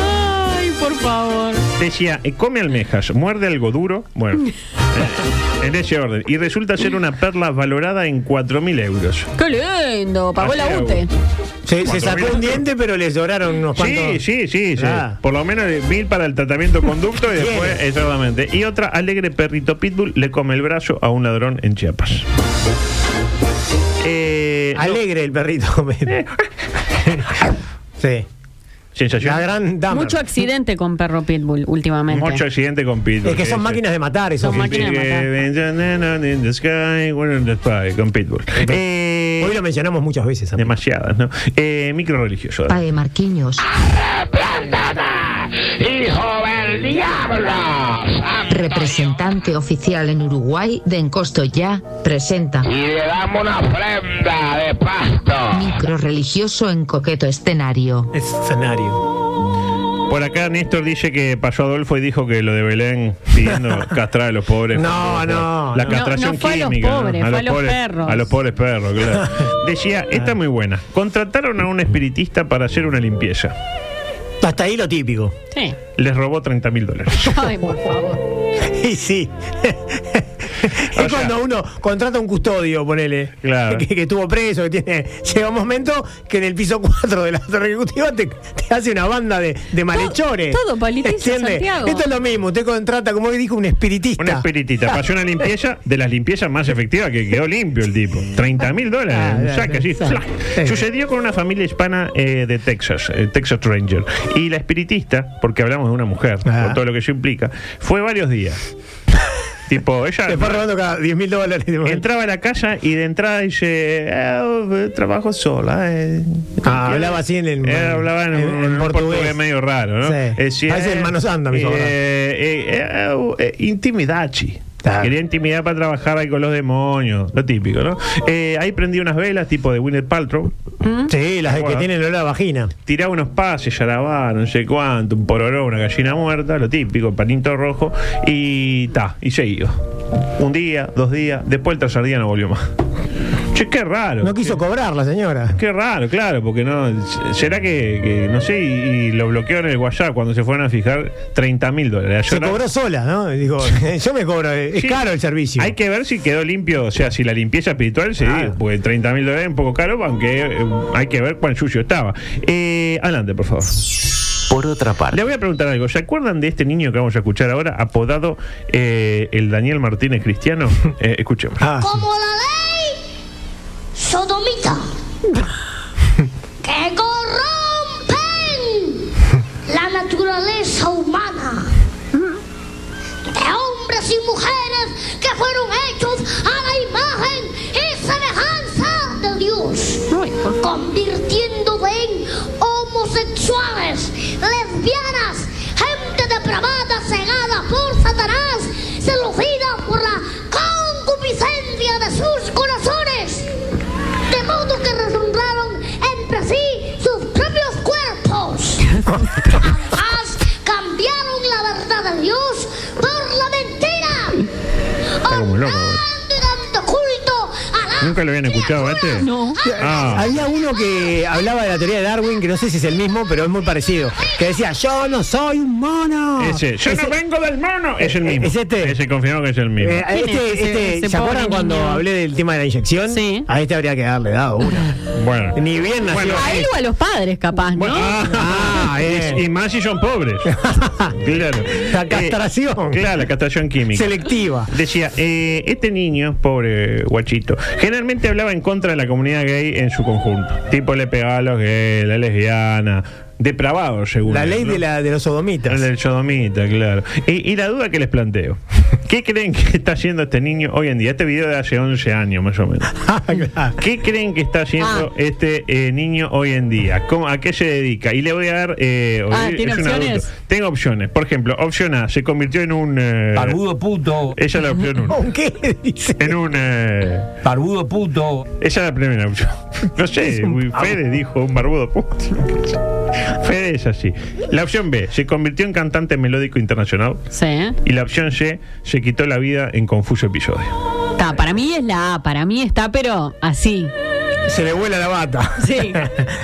Speaker 6: Ay, por favor.
Speaker 7: Decía, eh, come almejas, muerde algo duro. Bueno, en ese orden. Y resulta ser una perla valorada en 4.000 euros.
Speaker 6: ¡Qué lindo! Pagó
Speaker 7: Así
Speaker 6: la E.
Speaker 7: era,
Speaker 6: UTE.
Speaker 9: Se, se
Speaker 7: Cuatro
Speaker 9: sacó
Speaker 7: mil.
Speaker 9: un diente, pero le lloraron unos
Speaker 7: Sí,
Speaker 9: cuantos.
Speaker 7: sí, sí, sí.
Speaker 9: Ah.
Speaker 7: Por lo menos eh, mil para el tratamiento conducto y
Speaker 9: Bien.
Speaker 7: después, exactamente. Y otra, alegre perrito pitbull le come el brazo a un ladrón en Chiapas. Eh, no,
Speaker 9: Alegre el perrito.
Speaker 7: Eh.
Speaker 9: sí.
Speaker 7: sensación.
Speaker 9: La gran dama.
Speaker 6: Mucho accidente con perro pitbull últimamente.
Speaker 7: Ah, Mucho accidente con pitbull.
Speaker 9: Es que son
Speaker 7: Sí, sí.
Speaker 9: máquinas de matar esos.
Speaker 6: Son máquinas de matar.
Speaker 7: In the sky, one in the sky, con pitbull. Eh,
Speaker 9: Hoy lo mencionamos muchas veces. amigo.
Speaker 7: demasiadas, ¿no? Eh, micro religioso.
Speaker 2: Pae Marquiños. Representante oficial en Uruguay de Encosto Ya, presenta
Speaker 10: Y le damos una ofrenda de pasto.
Speaker 2: micro religioso en coqueto escenario.
Speaker 9: Escenario.
Speaker 7: Por acá Néstor dice que pasó Adolfo y dijo que lo de Belén pidiendo castrar a los pobres.
Speaker 9: No,
Speaker 7: fue-
Speaker 9: no,
Speaker 7: La
Speaker 9: no.
Speaker 7: castración
Speaker 6: No, no fue a los
Speaker 7: química. ¿no?
Speaker 6: pobres, fue a los perros.
Speaker 7: A los pobres perros, claro. Decía,
Speaker 9: Ah.
Speaker 7: esta es muy buena. Contrataron a un espiritista para hacer una limpieza.
Speaker 9: Hasta ahí lo típico.
Speaker 6: Sí.
Speaker 7: Les robó 30 mil dólares.
Speaker 6: Ay, por favor.
Speaker 9: Y sí.
Speaker 7: O
Speaker 9: es
Speaker 7: sea-
Speaker 9: cuando uno contrata un custodio, ponele.
Speaker 7: Claro.
Speaker 9: Que, que estuvo preso, que tiene. Llega un momento que en el piso 4 de la torre ejecutiva te, te hace una banda de, de malhechores.
Speaker 6: todo politiza,
Speaker 9: ¿Entiende?
Speaker 6: Santiago.
Speaker 9: Esto es lo mismo. Usted contrata, como hoy dijo, un espiritista.
Speaker 7: Una espiritista pasó una limpieza de las limpiezas más efectivas que quedó limpio el tipo. 30 mil
Speaker 9: Ah,
Speaker 7: dólares. un
Speaker 9: claro,
Speaker 7: saque así,
Speaker 9: exacto.
Speaker 7: ¡flac! Sucedió con una familia hispana eh, de Texas, eh, Texas Ranger. Y la espiritista, porque hablamos de una mujer,
Speaker 9: Ah.
Speaker 7: con todo lo que eso implica, fue varios días. tipo, ella.
Speaker 9: Te fue robando cada 10 mil dólares. de momento.
Speaker 7: Entraba a la casa y de entrada dice, "Eh, trabajo sola. eh".
Speaker 9: Ah, hablaba así en el-
Speaker 7: Eh, hablaba en,
Speaker 9: en-
Speaker 7: un-
Speaker 9: en
Speaker 7: un portugués.
Speaker 9: portugués
Speaker 7: medio raro, ¿no? Eh,
Speaker 9: Sí.
Speaker 7: Decía,
Speaker 9: Parece el Mano Santa, mi
Speaker 7: eh,
Speaker 9: sobrino.
Speaker 7: eh, eh, eh, intimidad, chi.
Speaker 9: Claro.
Speaker 7: Quería intimidad para trabajar ahí con los demonios, lo típico, ¿no? Eh, ahí prendí unas velas tipo de Winnet Paltrow,
Speaker 9: Sí, las de que
Speaker 7: Bueno.
Speaker 9: tienen olor a vagina.
Speaker 7: tiraba unos pases, yarabá, no sé cuánto, un pororó, una gallina muerta, lo típico, panito rojo, y ta, y seguido. Un día, dos días, después el tercer día no volvió más. Che, qué raro.
Speaker 9: No quiso cobrar la señora.
Speaker 7: Qué raro, claro, porque no. ¿Será que, que, no sé? Y, y lo bloqueó en el WhatsApp cuando se fueron a fijar 30 mil dólares.
Speaker 9: Se
Speaker 7: Yo no-
Speaker 9: cobró sola, ¿no? Dijo, yo me cobro. eh, Es
Speaker 7: Sí.
Speaker 9: caro el servicio.
Speaker 7: Hay que ver si quedó limpio, o sea, si la limpieza espiritual se
Speaker 9: Claro.
Speaker 7: dio, porque 30 mil dólares es un poco caro, aunque eh, hay que ver cuán sucio estaba. Eh, adelante, por favor.
Speaker 1: Por otra
Speaker 7: Le
Speaker 1: parte,
Speaker 7: voy a preguntar algo. ¿Se acuerdan de este niño que vamos a escuchar ahora, apodado eh, el Daniel Martínez Cristiano? Eh, escuchemos.
Speaker 9: Ah, sí.
Speaker 5: Como la ley sodomita. que corrompen la naturaleza humana. De hombres y mujeres que fueron hechos a la imagen y semejanza de Dios. Convirtiendo en homosexuales, lesbianas, gente depravada, cegada por Satanás, seducida por la concupiscencia de sus corazones. De modo que resumbraron entre sí sus propios cuerpos. Además, cambiaron la verdad de Dios por la mentira.
Speaker 7: como loco,
Speaker 5: Honrando y dando culto a la
Speaker 7: ¿Nunca lo habían escuchado
Speaker 5: criatura
Speaker 7: este?
Speaker 6: No.
Speaker 7: Ah.
Speaker 9: Había uno que hablaba de la teoría de Darwin, que no sé si es el mismo, pero es muy parecido. Que decía, yo no soy un mono.
Speaker 7: Ese, yo
Speaker 9: Ese-
Speaker 7: no vengo del mono. Es el mismo.
Speaker 9: ¿Es este?
Speaker 7: Ese confirmó que es el mismo.
Speaker 9: eh, a
Speaker 6: ¿Quién
Speaker 9: este,
Speaker 6: es ese-
Speaker 9: este-
Speaker 6: ese
Speaker 9: ¿Se
Speaker 6: pobre
Speaker 9: acuerdan cuando
Speaker 6: niño?
Speaker 9: hablé del tema de la inyección?
Speaker 6: Sí.
Speaker 9: A este habría que darle dado una.
Speaker 7: Bueno.
Speaker 9: Ni bien nació.
Speaker 6: A él o a los padres, capaz, ¿no?
Speaker 7: Bueno, ah,
Speaker 9: Ah,
Speaker 7: es-
Speaker 9: bien.
Speaker 7: y más si son pobres. claro. Eh,
Speaker 9: La castración.
Speaker 7: claro, la castración química.
Speaker 9: Selectiva.
Speaker 7: Decía, eh, este niño, pobre guachito, generalmente hablaba en contra de la comunidad gay en su conjunto. Tipo, le pegaba a los gays, la lesbiana, depravado, según.
Speaker 9: La
Speaker 7: él,
Speaker 9: ley
Speaker 7: ¿no?
Speaker 9: de, la, de los sodomitas.
Speaker 7: El del sodomita, claro. Y, y la duda que les planteo. ¿Qué creen que está haciendo este niño hoy en día? Este video de hace 11 años, más o menos.
Speaker 9: Ah, claro.
Speaker 7: ¿Qué creen que está
Speaker 6: Ah.
Speaker 7: haciendo este eh, niño hoy en día? ¿Cómo- ¿A qué se dedica? Y le voy a dar. eh,
Speaker 6: Ah,
Speaker 7: hoy-
Speaker 6: ¿tiene
Speaker 7: es un
Speaker 6: opciones?
Speaker 7: adulto. Tengo opciones. Por ejemplo, opción A, se convirtió en un. eh,
Speaker 8: Parvudo puto,
Speaker 7: ella es la opción 1.
Speaker 9: ¿Con qué dice?
Speaker 7: En un. eh,
Speaker 8: parvudo puto.
Speaker 7: esa es la primera opción. No sé, uy, Fede dijo un barbudo. Fede es así. La opción B, se convirtió en cantante melódico internacional.
Speaker 6: Sí. ¿eh?
Speaker 7: Y la opción C, se quitó la vida en confuso episodio.
Speaker 6: Está, para mí es la A, para mí está, pero así.
Speaker 9: Se le vuela la bata.
Speaker 6: Sí.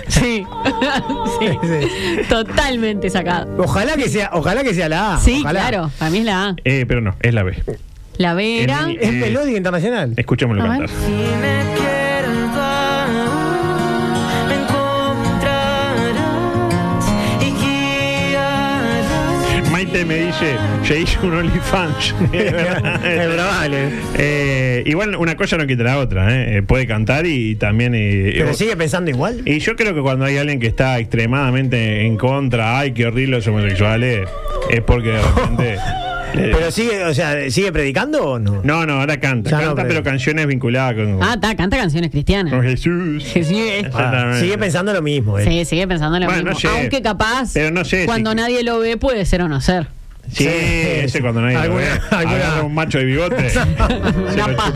Speaker 6: Sí. sí.
Speaker 9: Sí.
Speaker 6: Totalmente sacado.
Speaker 9: Ojalá que sea, ojalá que sea la A.
Speaker 6: Sí,
Speaker 9: ojalá.
Speaker 6: claro, para mí es la A.
Speaker 7: Eh, pero no, es la B.
Speaker 6: La Vera.
Speaker 7: En-
Speaker 9: Es
Speaker 7: eh,
Speaker 9: melódica internacional.
Speaker 7: Escuchémoslo
Speaker 6: A ver.
Speaker 7: cantar. Maite me dice, se hizo un OnlyFans. Es verdad, es
Speaker 9: Pero vale.
Speaker 7: Eh, igual una cosa no quita la otra, ¿eh? Eh, puede cantar y, y también... eh,
Speaker 9: Pero
Speaker 7: eh,
Speaker 9: sigue pensando igual.
Speaker 7: Y yo creo que cuando hay alguien que está extremadamente en contra, ay, qué horrible los homosexuales, es porque de repente... eh,
Speaker 9: Pero sigue, o sea, ¿sigue predicando o no?
Speaker 7: no, no, ahora canta,
Speaker 9: Ya no,
Speaker 7: canta
Speaker 9: pero-
Speaker 7: pero canciones vinculadas con,
Speaker 6: Ah, está, canta canciones
Speaker 7: con
Speaker 6: cristianas.
Speaker 7: Jesús.
Speaker 6: Jesús.
Speaker 9: Ah, sigue pensando lo mismo. eh. él.
Speaker 6: Sí, sigue pensando lo
Speaker 7: Bueno,
Speaker 6: mismo.
Speaker 7: no sé.
Speaker 6: Aunque capaz,
Speaker 7: Pero no sé si-
Speaker 6: cuando nadie lo ve, puede ser o no ser.
Speaker 7: Sí,
Speaker 9: Sí.
Speaker 7: ese cuando nadie lo
Speaker 9: Alguna-
Speaker 7: ve.
Speaker 9: alguna-
Speaker 7: Agarra un macho de bigote. se,
Speaker 6: Una
Speaker 7: lo
Speaker 6: paja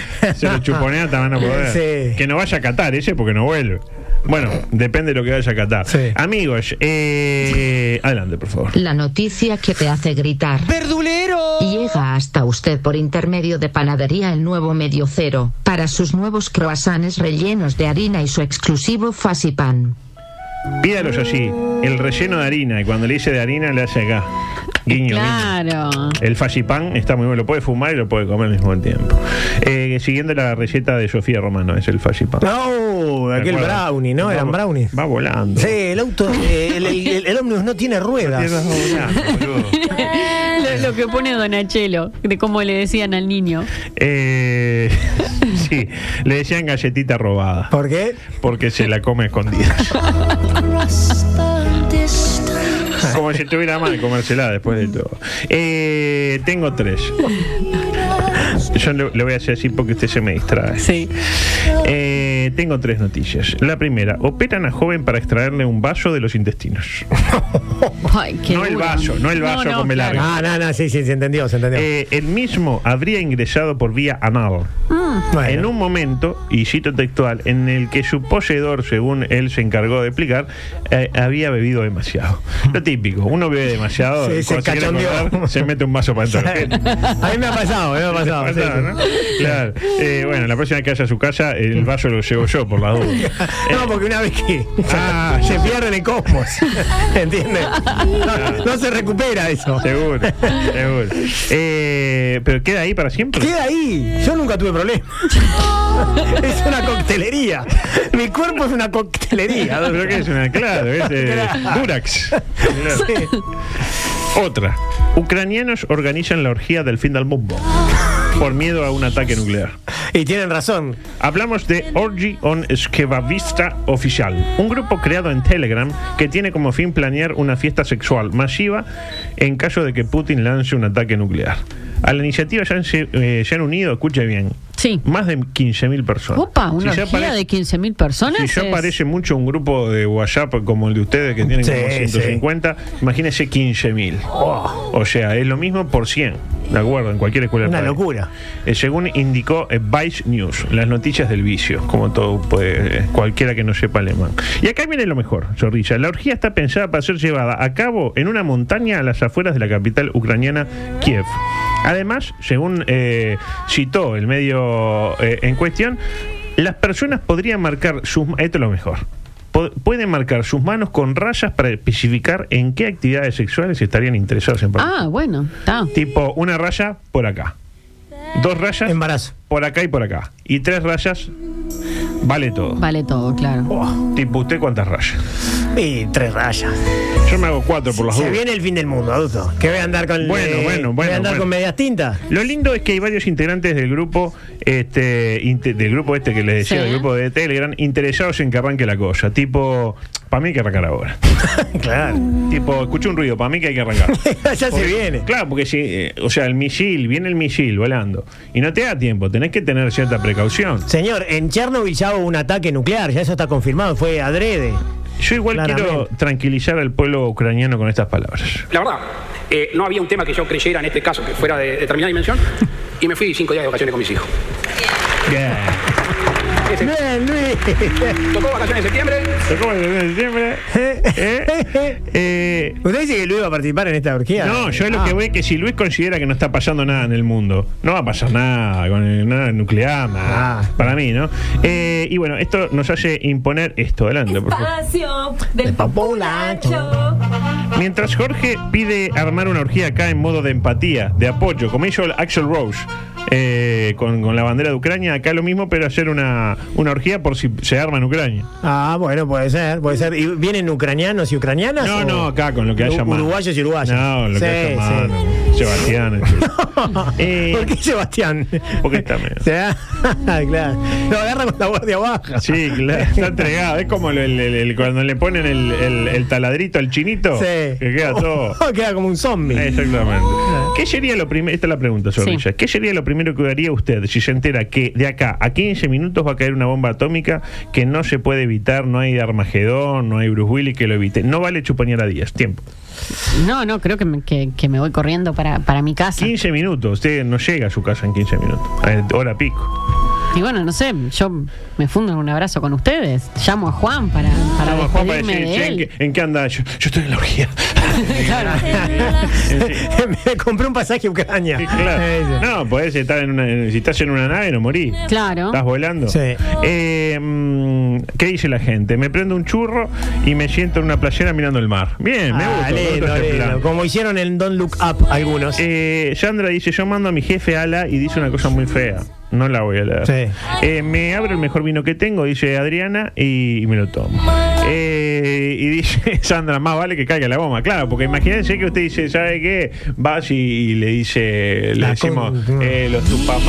Speaker 7: chuponea, se lo chuponea también a poder.
Speaker 9: Sí.
Speaker 7: Que no vaya a Qatar ese porque no vuelve. Bueno, depende de lo que vaya a Qatar.
Speaker 9: Sí.
Speaker 7: Amigos, eh, adelante, por favor.
Speaker 2: La noticia que te hace gritar.
Speaker 9: ¡Verdulero!
Speaker 2: Llega hasta usted por intermedio de Panadería El Nuevo Medio Cero, para sus nuevos croissants rellenos de harina y su exclusivo fasipan.
Speaker 7: Pídalos así, el relleno de harina. Y cuando le dice de harina, le hace acá. Guiño, guiño.
Speaker 6: Claro.
Speaker 7: El fachipán está muy bueno, lo puede fumar y lo puede comer al mismo tiempo. Eh, siguiendo la receta de Sofía Romano, es el fachipán.
Speaker 9: No,
Speaker 7: ¿Te
Speaker 9: Ah, aquel
Speaker 7: acuerdas?
Speaker 9: brownie, ¿no?
Speaker 7: Va-
Speaker 9: Eran brownies.
Speaker 7: Va volando.
Speaker 9: Sí, el auto, eh, el, el- el- el ómnibus no tiene ruedas.
Speaker 7: Tierra Colorada, boludo.
Speaker 6: Lo, lo que pone Donachelo, de cómo le decían al niño.
Speaker 7: Eh, sí, le decían galletita robada.
Speaker 9: ¿Por qué?
Speaker 7: Porque se la come escondida. Como si estuviera mal comérsela después de todo. Eh, tengo tres. Yo le, le voy a hacer así porque usted se me distrae.
Speaker 6: Sí.
Speaker 7: Eh, tengo tres noticias. La primera, operan a joven para extraerle un vaso de los intestinos.
Speaker 6: Ay, qué
Speaker 7: No el
Speaker 6: duro.
Speaker 7: vaso, no el vaso, come largo.
Speaker 6: claro.
Speaker 9: Ah, no, no, sí, sí, se entendió, se entendió.
Speaker 7: Eh, el mismo habría ingresado por vía anal.
Speaker 9: Bueno.
Speaker 7: En un momento, y cito textual, en el que su poseedor, según él se encargó de explicar, eh, había bebido demasiado. Lo típico, uno bebe demasiado,
Speaker 9: Sí, se
Speaker 7: cuando quiere
Speaker 9: cachondeó.
Speaker 7: acordar, se mete un vaso para entrar.
Speaker 9: A mí me ha pasado, a mí me ha pasado. sí, sí.
Speaker 7: Claro, ¿no? Claro. Eh, bueno, la próxima vez que haya a su casa, el vaso lo llevo yo, por la duda. Eh,
Speaker 9: No, porque una vez que
Speaker 7: Ah,
Speaker 9: se pierden en cosmos, ¿entiendes? No, no se recupera eso.
Speaker 7: Seguro, seguro. Eh, pero queda ahí para siempre.
Speaker 9: Queda ahí. Yo nunca tuve problema. es una coctelería. Mi cuerpo es una coctelería.
Speaker 7: Creo Ah, que es una, claro, es eh, Durax. Claro. Otra. Ucranianos organizan la orgía del fin del mundo por miedo a un ataque nuclear.
Speaker 9: Y tienen razón.
Speaker 7: Hablamos de Orgy on Skebavista Oficial, un grupo creado en Telegram que tiene como fin planear una fiesta sexual masiva en caso de que Putin lance un ataque nuclear. A la iniciativa se han, se- eh, se han unido, escuche bien,
Speaker 6: Sí.
Speaker 7: más de 15.000 personas.
Speaker 6: Opa, una
Speaker 7: ya
Speaker 6: orgía
Speaker 7: parece-
Speaker 6: de 15.000 personas.
Speaker 7: si ya
Speaker 6: es-
Speaker 7: parece mucho un grupo de WhatsApp como el de ustedes que tienen
Speaker 9: Sí, Oh.
Speaker 7: como 150, imagínense 15.000. O sea, es lo mismo por 100, ¿de acuerdo? En cualquier escuela. del
Speaker 9: Una
Speaker 7: país.
Speaker 9: locura.
Speaker 7: Eh, según indicó eh, Vice News, las noticias del vicio, como todo puede, eh, cualquiera que no sepa alemán. Y acá viene lo mejor, Zorrilla. La orgía está pensada para ser llevada a cabo en una montaña a las afueras de la capital ucraniana, Kiev. Además, según eh, citó el medio eh, en cuestión, las personas podrían marcar sus... Esto es lo mejor. Po- Pueden marcar sus manos con rayas para especificar en qué actividades sexuales estarían interesados en participar.
Speaker 6: Ah, bueno, está.
Speaker 7: Tipo, una raya por acá. Dos rayas
Speaker 9: Embarazo.
Speaker 7: por acá y por acá. Y tres rayas vale todo.
Speaker 6: Vale todo, claro.
Speaker 7: Oh, tipo, ¿usted cuántas rayas?
Speaker 9: Y tres rayas.
Speaker 7: Yo me hago cuatro por las
Speaker 9: Se
Speaker 7: dudas.
Speaker 9: viene el fin del mundo, adulto. Que voy a andar con. eh,
Speaker 7: Bueno, bueno,
Speaker 9: voy a
Speaker 7: bueno,
Speaker 9: andar
Speaker 7: bueno.
Speaker 9: con medias tintas.
Speaker 7: Lo lindo es que hay varios integrantes del grupo, este, inte- del grupo este que les decía,
Speaker 6: Sí.
Speaker 7: del grupo de Telegram, interesados en que arranque la cosa. Tipo, para mí hay que arrancar ahora.
Speaker 9: claro.
Speaker 7: tipo, escucho un ruido, para mí que hay que arrancar.
Speaker 9: ya se
Speaker 7: Porque-
Speaker 9: viene.
Speaker 7: Claro, porque si, eh, o sea, el misil, viene el misil volando. Y no te da tiempo, tenés que tener cierta precaución.
Speaker 9: Señor, en Chernobyl ya hubo un ataque nuclear, ya eso está confirmado, fue adrede.
Speaker 7: Yo igual quiero
Speaker 9: Claramente.
Speaker 7: tranquilizar al pueblo ucraniano con estas palabras.
Speaker 4: La verdad, eh, no había un tema que yo creyera en este caso que fuera de determinada dimensión y me fui cinco días de vacaciones con mis hijos.
Speaker 7: Bien. Este-
Speaker 4: Ese-
Speaker 9: Bien, Luis.
Speaker 4: Tocó vacaciones en septiembre.
Speaker 7: ¿Eh? Eh,
Speaker 9: Usted dice que Luis va a participar en esta orgía.
Speaker 7: No, yo
Speaker 9: Ah.
Speaker 7: lo que veo es que si Luis considera que no está pasando nada en el mundo, no va a pasar nada con el, nada nuclear, nada.
Speaker 9: Ah.
Speaker 7: Para mí, ¿no? Eh, y bueno, esto nos hace imponer esto. Adelante, por favor.
Speaker 9: Del populacho.
Speaker 7: Mientras Jorge pide armar una orgía acá en modo de empatía, de apoyo, como hizo el Axel Rose eh, con, con la bandera de Ucrania, acá lo mismo, pero hacer una, una orgía por si se arma en Ucrania.
Speaker 9: Ah, bueno, puede ser, puede ser. ¿Y vienen ucranianos y ucranianas?
Speaker 7: No,
Speaker 9: o-
Speaker 7: no, acá con lo que haya
Speaker 9: U-
Speaker 7: mano.
Speaker 9: Uruguayos y uruguayas.
Speaker 7: No, lo que haya mano. Sebastián. Eh,
Speaker 9: ¿Por qué Sebastián?
Speaker 7: Porque está medio-
Speaker 9: O sea, claro. Lo agarra con la guardia baja.
Speaker 7: Sí, claro, está entregado. Es como el- el- el- el- cuando le ponen el, el- el taladrito al chinito.
Speaker 9: Sí.
Speaker 7: Que queda todo.
Speaker 9: queda como un zombie.
Speaker 7: Exactamente. ¿Qué sería lo primero? Esta es la pregunta, Zorrilla. ¿Qué sería lo primero que haría usted si se entera que de acá a 15 minutos va a caer una bomba atómica que no se puede evitar? No hay Armagedón, no hay Bruce Willis que lo evite. No vale chuponear a 10. Tiempo.
Speaker 6: No, no, creo que me, que, que me voy corriendo para, para mi casa.
Speaker 7: 15 minutos. Usted no llega a su casa en 15 minutos. Eh, Hora pico.
Speaker 6: Y bueno, no sé, yo me fundo en un abrazo con ustedes. Llamo a Juan para, para
Speaker 7: Vamos, Juan, para
Speaker 6: despedirme
Speaker 7: decir,
Speaker 6: de
Speaker 7: che, ¿en,
Speaker 6: él.
Speaker 7: qué, en qué anda? Yo, yo estoy en la orgía.
Speaker 9: Me compré un pasaje a Ucrania.
Speaker 7: Sí, claro.
Speaker 9: Eso.
Speaker 7: No, podés estar en una. en- si estás en una nave, no morís.
Speaker 6: Claro.
Speaker 7: ¿Estás volando?
Speaker 9: Sí.
Speaker 7: Eh, mm, ¿Qué dice la gente? Me prendo un churro y me siento en una playera mirando el mar. Bien, me
Speaker 9: Ah,
Speaker 7: gusta. me
Speaker 9: lindo,
Speaker 7: gusta ese
Speaker 9: lindo.
Speaker 7: plan.
Speaker 9: Como hicieron en Don't Look Up algunos.
Speaker 7: Eh, Sandra dice: Yo mando a mi jefe ala y dice una cosa muy fea. No la voy a leer.
Speaker 9: Sí.
Speaker 7: Eh, me abro el mejor vino que tengo, dice Adriana, y, y me lo tomo. Eh, y dice Sandra: Más vale que caiga la bomba. Claro, porque imagínense que usted dice: ¿Sabe qué? Vas y, y le dice: Le
Speaker 9: La
Speaker 7: decimos
Speaker 9: con-
Speaker 7: eh, los tupamalos.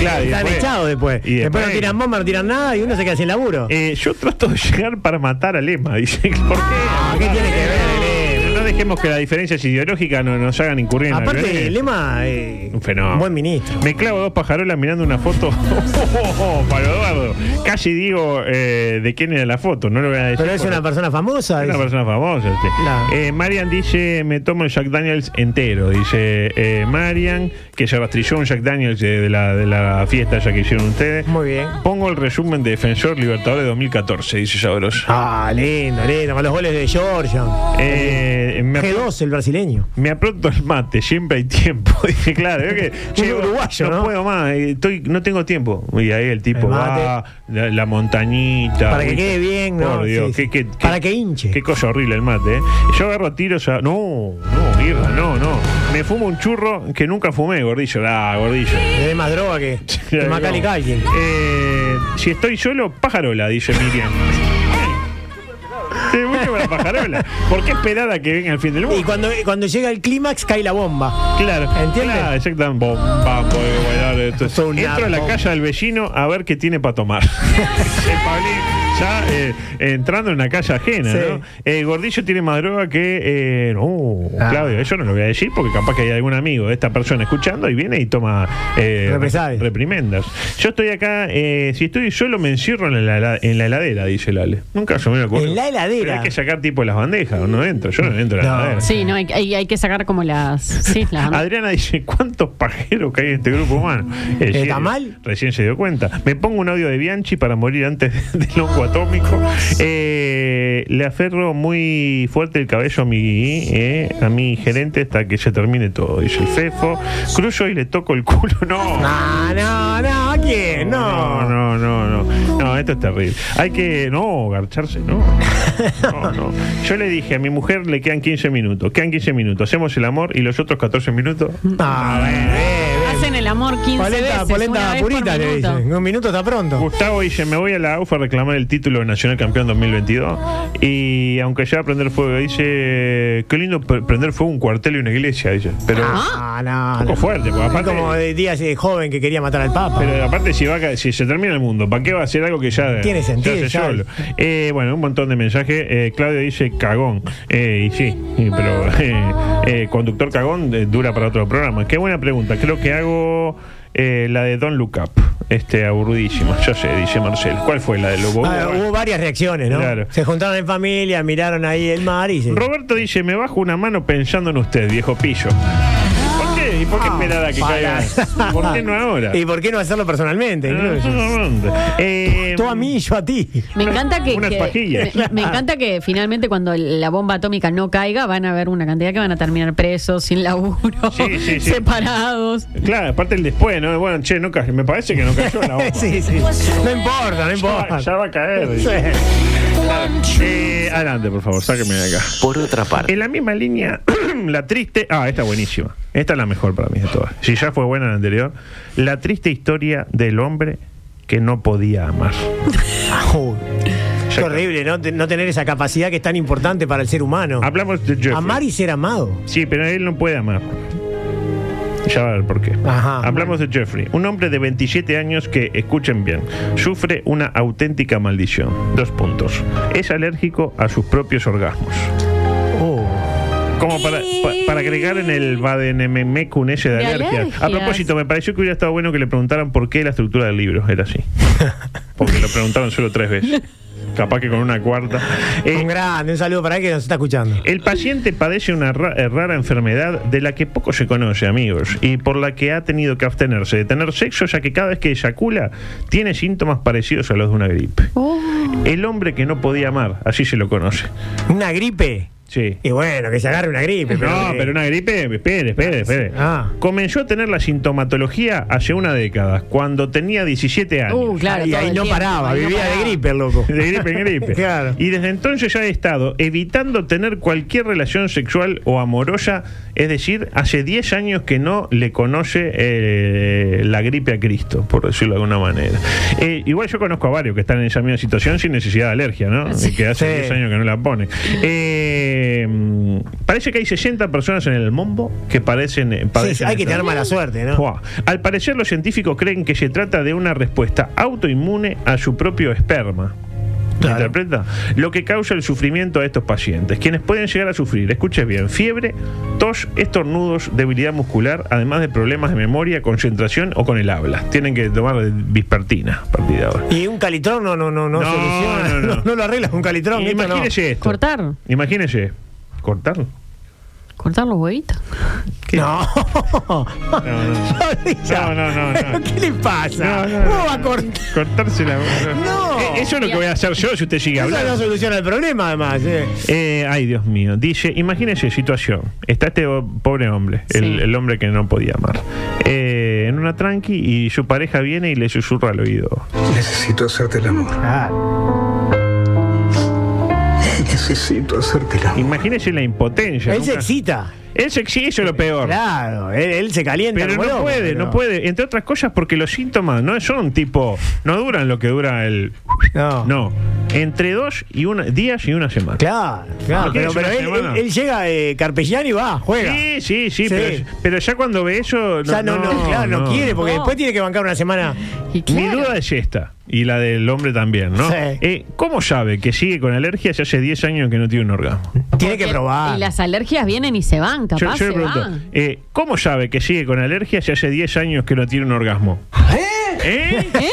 Speaker 7: Claro, y
Speaker 9: Están
Speaker 7: después-
Speaker 9: echados después.
Speaker 7: y
Speaker 9: después.
Speaker 7: después-
Speaker 9: no tiran bomba, no tiran nada y uno se queda sin laburo.
Speaker 7: Eh, yo trato de llegar para matar a Lema, dice. ¿Por qué?
Speaker 9: Ah, ¿qué tiene que ver
Speaker 7: No dejemos que las diferencias ideológicas no, nos hagan incurrir en la
Speaker 9: Aparte,
Speaker 7: violencia.
Speaker 9: Lema, eh,
Speaker 7: Un fenómeno.
Speaker 9: buen ministro.
Speaker 7: Me clavo dos pajarolas mirando una foto. para Eduardo. Casi digo eh, de quién era la foto, no lo voy a decir.
Speaker 9: Pero es
Speaker 7: porque-
Speaker 9: una persona famosa.
Speaker 7: una
Speaker 9: es-
Speaker 7: persona famosa. este.
Speaker 9: Claro.
Speaker 7: Eh, Marian dice, me tomo el Jack Daniels entero, dice eh, Marian, que se rastrilló un Jack Daniels eh, de, la, de la fiesta ya que hicieron ustedes.
Speaker 9: Muy bien.
Speaker 7: Pongo el resumen de Defensor Libertadores 2014, dice Sabroso.
Speaker 9: Ah, lindo, lindo. Con los goles de Georgia.
Speaker 7: Eh, me, apro-
Speaker 9: G2, el brasileño.
Speaker 7: me apronto el mate, siempre hay tiempo. Dice, claro, veo que, che,
Speaker 9: uruguayo, ¿no?
Speaker 7: puedo más, eh, estoy, no tengo tiempo. Y ahí el tipo
Speaker 9: El mate.
Speaker 7: va, la, la montañita.
Speaker 9: Para que
Speaker 7: agüita.
Speaker 9: quede bien, ¿no?
Speaker 7: Por Dios,
Speaker 9: Sí, sí.
Speaker 7: qué- qué-
Speaker 9: Para
Speaker 7: qué-
Speaker 9: que hinche.
Speaker 7: Qué cosa horrible el mate, ¿eh? Yo agarro tiros a. No, no, mierda, no, no. Me fumo un churro que nunca fumé, gordillo. Ah, gordillo.
Speaker 9: Le dé más droga que, que Macaulay Culkin.
Speaker 7: Eh, si estoy solo, pajarola, dice Miriam. Sí, mucho para pajarola. ¿Por qué esperar a que venga el fin del mundo?
Speaker 9: Y cuando, cuando llega el clímax, cae la bomba.
Speaker 7: Claro,
Speaker 9: ¿Entiendes?
Speaker 7: Claro, exactamente. Bomba, puede bailar esto.
Speaker 9: Sos un
Speaker 7: Entro a la
Speaker 9: narco.
Speaker 7: casa del vecino a ver qué tiene para tomar. El Pablín ya eh, entrando en una calle ajena,
Speaker 9: Sí.
Speaker 7: ¿no? Eh, Gordillo tiene más droga que. eh, no,
Speaker 9: Ah.
Speaker 7: Claudio, eso no lo voy a decir porque capaz que hay algún amigo de esta persona escuchando y viene y toma. eh,
Speaker 9: Represalias.
Speaker 7: Reprimendas. Yo estoy acá, eh, si estoy solo me encierro en la, hela- en la heladera, dice Lale. Nunca se me ocurrió.
Speaker 9: En la heladera.
Speaker 7: Pero hay que sacar tipo las bandejas, no entro, yo no entro a la
Speaker 9: No.
Speaker 7: heladera.
Speaker 6: Sí, no, hay, hay, hay que sacar como las. Sí, las.
Speaker 7: Adriana dice, ¿cuántos pajeros que hay en este grupo humano? Eh,
Speaker 9: Mm. ¿Está
Speaker 7: sí,
Speaker 9: mal?
Speaker 7: Recién se dio cuenta. Me pongo un audio de Bianchi para morir antes del hongo atómico. Eh, le aferro muy fuerte el cabello a mi, eh, a mi gerente hasta que se termine todo, dice el Fefo. Cruzo y le toco el culo. No.
Speaker 9: No, no, no. ¿A quién? Ah, eh, No.
Speaker 7: No, no, no, no. No, esto es terrible. Hay que. No, garcharse, no. No, no. Yo le dije a mi mujer le quedan 15 minutos. Quedan 15 minutos. Hacemos el amor y los otros 14 minutos.
Speaker 9: Ah, ven, ven, ven.
Speaker 6: Hacen el amor 15
Speaker 9: Polenta,
Speaker 6: veces.
Speaker 9: polenta
Speaker 6: una vez por
Speaker 9: purita, le
Speaker 6: minuto.
Speaker 9: dicen. Un minuto está pronto.
Speaker 7: Gustavo dice: Me voy a la UFA a reclamar el título de Nacional Campeón 2022. Y aunque ya prender fuego, dice: Qué lindo pre- prender fuego un cuartel y una iglesia. Dice: Pero.
Speaker 9: Ah, no,
Speaker 7: Un
Speaker 9: no.
Speaker 7: poco fuerte, porque
Speaker 9: Es
Speaker 7: aparte.
Speaker 9: como de días de joven que quería matar al Papa.
Speaker 7: Pero aparte, si, va a ca- si se termina el mundo, ¿para qué va a hacer algo que ya
Speaker 9: Tiene
Speaker 7: se
Speaker 9: sentido,
Speaker 7: hace
Speaker 9: ya.
Speaker 7: solo? Eh, bueno, un montón de mensajes. Eh, Claudio dice cagón. Eh, y sí, y- pero eh, eh, conductor cagón eh, dura para otro programa. Qué buena pregunta. Creo que hago eh, la de Don Look Up. Este, aburridísima. Yo sé, dice Marcelo. ¿Cuál fue la de Lobo?
Speaker 9: Ah, hubo varias reacciones, ¿no?
Speaker 7: uh, Claro.
Speaker 9: Se juntaron en familia, miraron ahí el mar y se...
Speaker 7: Roberto dice, me bajo una mano pensando en usted, viejo pillo. ¿Por qué? ¿Y por qué esperar a que
Speaker 9: Ah, Para.
Speaker 7: caiga? ¿Por qué no ahora?
Speaker 9: ¿Y por qué no hacerlo
Speaker 7: Ah,
Speaker 9: personalmente? incluso?
Speaker 7: Eh,
Speaker 9: Tú a mí y yo a ti.
Speaker 6: Me encanta que,
Speaker 7: Unas
Speaker 6: que-
Speaker 7: pajillas.
Speaker 6: me, me encanta que finalmente cuando el- la bomba atómica no caiga van a haber una cantidad que van a terminar presos, sin laburo,
Speaker 7: Sí, sí, sí.
Speaker 6: separados.
Speaker 7: Claro, aparte el después, ¿no? Bueno, che, no cayó. Me parece que no cayó la bomba.
Speaker 9: sí, sí. No importa, no
Speaker 7: Ya,
Speaker 9: importa.
Speaker 7: va- ya va a caer.
Speaker 9: Sí.
Speaker 7: Eh, adelante, por favor, sáqueme de acá.
Speaker 1: Por otra parte,
Speaker 7: En la misma línea, la triste. Ah, esta buenísima. Esta es la mejor para mí de todas. Si ya fue buena la anterior. La triste historia del hombre que no podía amar.
Speaker 9: Uy, Qué horrible, ¿no? Te- no tener esa capacidad que es tan importante para el ser humano.
Speaker 7: Hablamos de Jeffrey.
Speaker 9: Amar y ser amado.
Speaker 7: Sí, pero él no puede amar. Ya va a ver por qué.
Speaker 9: Ajá.
Speaker 7: Hablamos de Jeffrey, un hombre de 27 años que, escuchen bien, sufre una auténtica maldición. Dos puntos. Es alérgico a sus propios orgasmos.
Speaker 9: Oh.
Speaker 7: Como para, pa- para agregar en el Badenemecum ese de,
Speaker 6: De
Speaker 7: alergia. A
Speaker 6: alergias.
Speaker 7: propósito, me pareció que hubiera estado bueno que le preguntaran por qué la estructura del libro era así. Porque lo preguntaron solo tres veces. Capaz que con una cuarta. Eh,
Speaker 9: Un grande, un saludo para él que nos está escuchando.
Speaker 7: el paciente padece una ra- eh, rara enfermedad de la que poco se conoce, amigos, y por la que ha tenido que abstenerse de tener sexo, ya que cada vez que eyacula tiene síntomas parecidos a los de una gripe.
Speaker 6: Oh.
Speaker 7: El hombre que no podía amar, así se lo conoce.
Speaker 9: Una gripe.
Speaker 7: Sí. Eh,
Speaker 9: Y bueno, que se agarre una gripe.
Speaker 7: No,
Speaker 9: que-
Speaker 7: pero una gripe, espere, espere, espere.
Speaker 9: Ah.
Speaker 7: Comenzó a tener la sintomatología hace una década, cuando tenía 17 años.
Speaker 6: Uh, claro,
Speaker 9: y
Speaker 6: todo
Speaker 9: ahí
Speaker 6: el
Speaker 9: no
Speaker 6: tiempo,
Speaker 9: paraba,
Speaker 6: ahí no
Speaker 9: vivía de
Speaker 6: paraba.
Speaker 9: gripe, el loco.
Speaker 7: De gripe en gripe.
Speaker 9: Claro.
Speaker 7: Y desde entonces ya he estado evitando tener cualquier relación sexual o amorosa. Es decir, hace 10 años que no le conoce eh, la gripe a Cristo, por decirlo de alguna manera. Eh, igual yo conozco a varios que están en esa misma situación sin necesidad de alergia, ¿no? Y Que hace
Speaker 9: Sí.
Speaker 7: 10 años que no la pone. Eh, mm, parece que hay 60 personas en el mundo que parecen. eh,
Speaker 9: Sí, sí,
Speaker 7: padecen
Speaker 9: hay que
Speaker 7: esta-
Speaker 9: tener mala suerte, ¿no?
Speaker 7: Buah. Al parecer los científicos creen que se trata de una respuesta autoinmune a su propio esperma. ¿Me
Speaker 9: Claro.
Speaker 7: ¿Interpreta? Lo que causa el sufrimiento a estos pacientes, quienes pueden llegar a sufrir, escuches bien, fiebre, tos, estornudos, debilidad muscular, además de problemas de memoria, concentración o con el habla. Tienen que tomar bispertina a partir de ahora.
Speaker 9: Y un calitrón no, no, no, no,
Speaker 7: No,
Speaker 9: soluciona. No,
Speaker 7: no, no.
Speaker 9: no lo arreglas con calitrón. esto no.
Speaker 7: Imagínese esto.
Speaker 6: Cortar,
Speaker 7: Imagínese. ¿Cortarlo?
Speaker 6: cortar los huevitos.
Speaker 9: No.
Speaker 7: No, no.
Speaker 9: Florilla,
Speaker 7: No, no, no, no.
Speaker 9: ¿pero ¿Qué le pasa?
Speaker 7: No, no, no.
Speaker 9: ¿Cómo va a cortar?
Speaker 7: Cortarse la
Speaker 9: No.
Speaker 7: Eh, Eso es lo que voy a hacer yo si usted sigue
Speaker 9: Eso
Speaker 7: hablando.
Speaker 9: no soluciona el problema, además. eh.
Speaker 7: Eh, ay, Dios mío. Dice, imagínese situación. Está este o- pobre hombre,
Speaker 6: Sí.
Speaker 7: el, el hombre que no podía amar, eh, en una tranqui y su pareja viene y le susurra al oído.
Speaker 11: Necesito hacerte el amor. Necesito hacerte el amor.
Speaker 7: Imagínese la impotencia.
Speaker 9: Él se
Speaker 7: nunca-
Speaker 9: excita.
Speaker 7: Él se exige, eso es lo peor.
Speaker 9: Claro, él, él se calienta.
Speaker 7: Pero
Speaker 9: como
Speaker 7: no
Speaker 9: loco,
Speaker 7: puede,
Speaker 9: pero-
Speaker 7: no puede. Entre otras cosas porque los síntomas no son tipo, no duran lo que dura el...
Speaker 9: No.
Speaker 7: No, entre dos y una, días y una semana.
Speaker 9: Claro, claro.
Speaker 7: ¿Por qué
Speaker 9: Pero,
Speaker 7: es
Speaker 9: pero
Speaker 7: una
Speaker 9: él, él-
Speaker 7: semana?
Speaker 9: él llega eh, Carpellán y va, juega.
Speaker 7: Sí, sí, sí,
Speaker 9: Sí.
Speaker 7: Pero, pero ya cuando ve eso...
Speaker 9: ya no, no, claro, no, quiere, porque
Speaker 6: No.
Speaker 9: después tiene que bancar una semana.
Speaker 6: Y
Speaker 7: Mi
Speaker 6: claro,
Speaker 7: duda es esta, y la del hombre también, ¿no?
Speaker 9: Sí.
Speaker 7: Eh, ¿Cómo sabe que sigue con alergia si hace 10 años que no tiene un orgasmo?
Speaker 9: Tiene que probar.
Speaker 6: y las alergias vienen y se van,
Speaker 7: Yo-
Speaker 6: capaz
Speaker 7: yo le
Speaker 6: se
Speaker 7: pregunto,
Speaker 6: van.
Speaker 7: eh, ¿cómo sabe que sigue con alergia si hace 10 años que no tiene un orgasmo? ¿Eh?
Speaker 6: ¿Eh?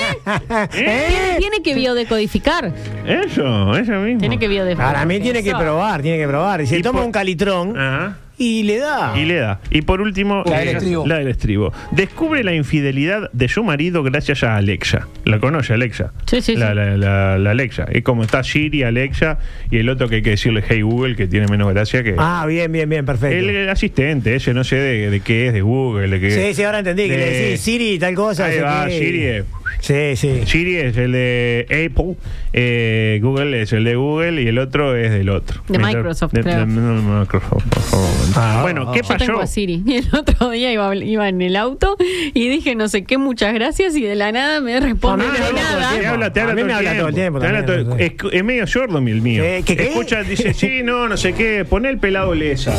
Speaker 7: ¿Eh?
Speaker 6: Tiene que biodecodificar.
Speaker 7: Eso, eso mismo.
Speaker 6: Tiene que biodecodificar.
Speaker 9: Para mí tiene que probar, tiene que probar. Y se
Speaker 7: Y
Speaker 9: toma
Speaker 7: por-
Speaker 9: un calitrón
Speaker 7: Ajá.
Speaker 9: y le da.
Speaker 7: Y le da. Y por último,
Speaker 11: La del
Speaker 7: eh,
Speaker 11: estribo.
Speaker 7: la del estribo. Descubre la infidelidad de su marido gracias a Alexa. La conoce Alexa.
Speaker 6: Sí, sí,
Speaker 7: la,
Speaker 6: sí.
Speaker 7: la- la- la Alexa. Es como está Siri, Alexa y el otro que hay que decirle Hey Google, que tiene menos gracia que.
Speaker 9: Ah, bien, bien, bien, perfecto.
Speaker 7: El, el asistente, ese no sé de, de qué es, de Google, de qué
Speaker 9: Sí, sí, ahora entendí. Que
Speaker 7: de-
Speaker 9: le decís Siri tal cosa.
Speaker 7: Ahí
Speaker 9: sé
Speaker 7: va,
Speaker 9: qué.
Speaker 7: Siri. es-
Speaker 9: Sí, sí.
Speaker 7: Siri es el de Apple, eh, Google es el de Google y el otro es del otro.
Speaker 6: De Microsoft, creo.
Speaker 7: de- de Microsoft, por favor.
Speaker 9: Ah,
Speaker 7: bueno, ¿qué
Speaker 6: Yo tengo
Speaker 7: pasó?
Speaker 6: a Siri. Y el otro día iba, iba en el auto y dije no sé qué, muchas gracias, y de la nada me responde
Speaker 9: A mí
Speaker 6: de
Speaker 9: me habla todo el
Speaker 6: nada.
Speaker 7: Te habla, te
Speaker 9: A
Speaker 7: habla
Speaker 9: mí
Speaker 7: todo
Speaker 9: me
Speaker 7: el
Speaker 9: habla todo el tiempo
Speaker 7: tiempo. Te habla
Speaker 9: también,
Speaker 7: todo- es, es medio sordo mi- el mío.
Speaker 9: Eh, ¿qué, qué?
Speaker 7: Escucha, dice, sí, no, no sé qué, poné el pelado Lesa.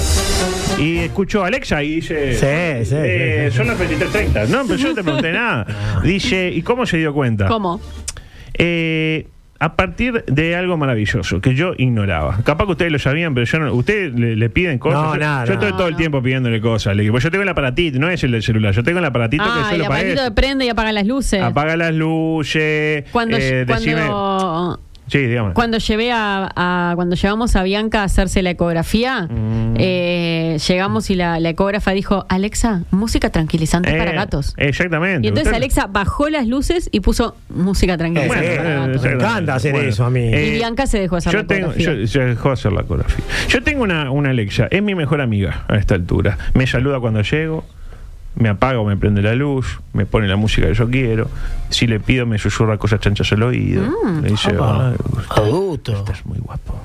Speaker 7: Y escucho a Alexa y dice,
Speaker 9: Sí, sí,
Speaker 7: eh,
Speaker 9: sí, sí.
Speaker 7: son las 23.30. No, pero yo no te pregunté nada. Dice, ¿y cómo se dio cuenta?
Speaker 6: ¿Cómo?
Speaker 7: Eh, a partir de algo maravilloso que yo ignoraba. Capaz que ustedes lo sabían, pero yo no. Ustedes le, le piden cosas.
Speaker 9: No,
Speaker 7: yo,
Speaker 9: nada,
Speaker 7: yo estoy
Speaker 9: nada.
Speaker 7: todo el tiempo pidiéndole cosas. Le digo, pues yo tengo el aparatito, no es el del celular. Yo tengo el aparatito
Speaker 6: Ah,
Speaker 7: que
Speaker 6: el
Speaker 7: solo para
Speaker 6: aparatito
Speaker 7: eso.
Speaker 6: de prende y apaga las luces.
Speaker 7: Apaga las luces.
Speaker 6: cuando,
Speaker 7: eh, decime-
Speaker 6: cuando,
Speaker 7: Sí, dígame.
Speaker 6: cuando llevé a, a- cuando llevamos a Bianca a hacerse la ecografía,
Speaker 7: Mm.
Speaker 6: eh, llegamos y la, la ecógrafa dijo, Alexa, música tranquilizante
Speaker 7: Eh,
Speaker 6: para gatos.
Speaker 7: Exactamente.
Speaker 6: y entonces
Speaker 7: Usted-
Speaker 6: Alexa bajó las luces y puso música
Speaker 9: Eh,
Speaker 6: tranquilizante
Speaker 9: sí,
Speaker 6: para
Speaker 7: eh,
Speaker 6: gatos.
Speaker 9: Me encanta hacer eso a mí.
Speaker 6: Y Bianca se dejó hacer
Speaker 7: yo
Speaker 6: la
Speaker 7: tengo, yo,
Speaker 6: ecografía.
Speaker 7: se dejó hacer la ecografía. Yo tengo una, una Alexa, es mi mejor amiga a esta altura. Me saluda cuando llego. me apaga o me prende la luz, me pone la música que yo quiero. Si le pido, me susurra cosas chanchas al oído.
Speaker 6: Mm,
Speaker 7: Le dice,
Speaker 9: Opa.
Speaker 7: "Ay, usted- Estás muy guapo.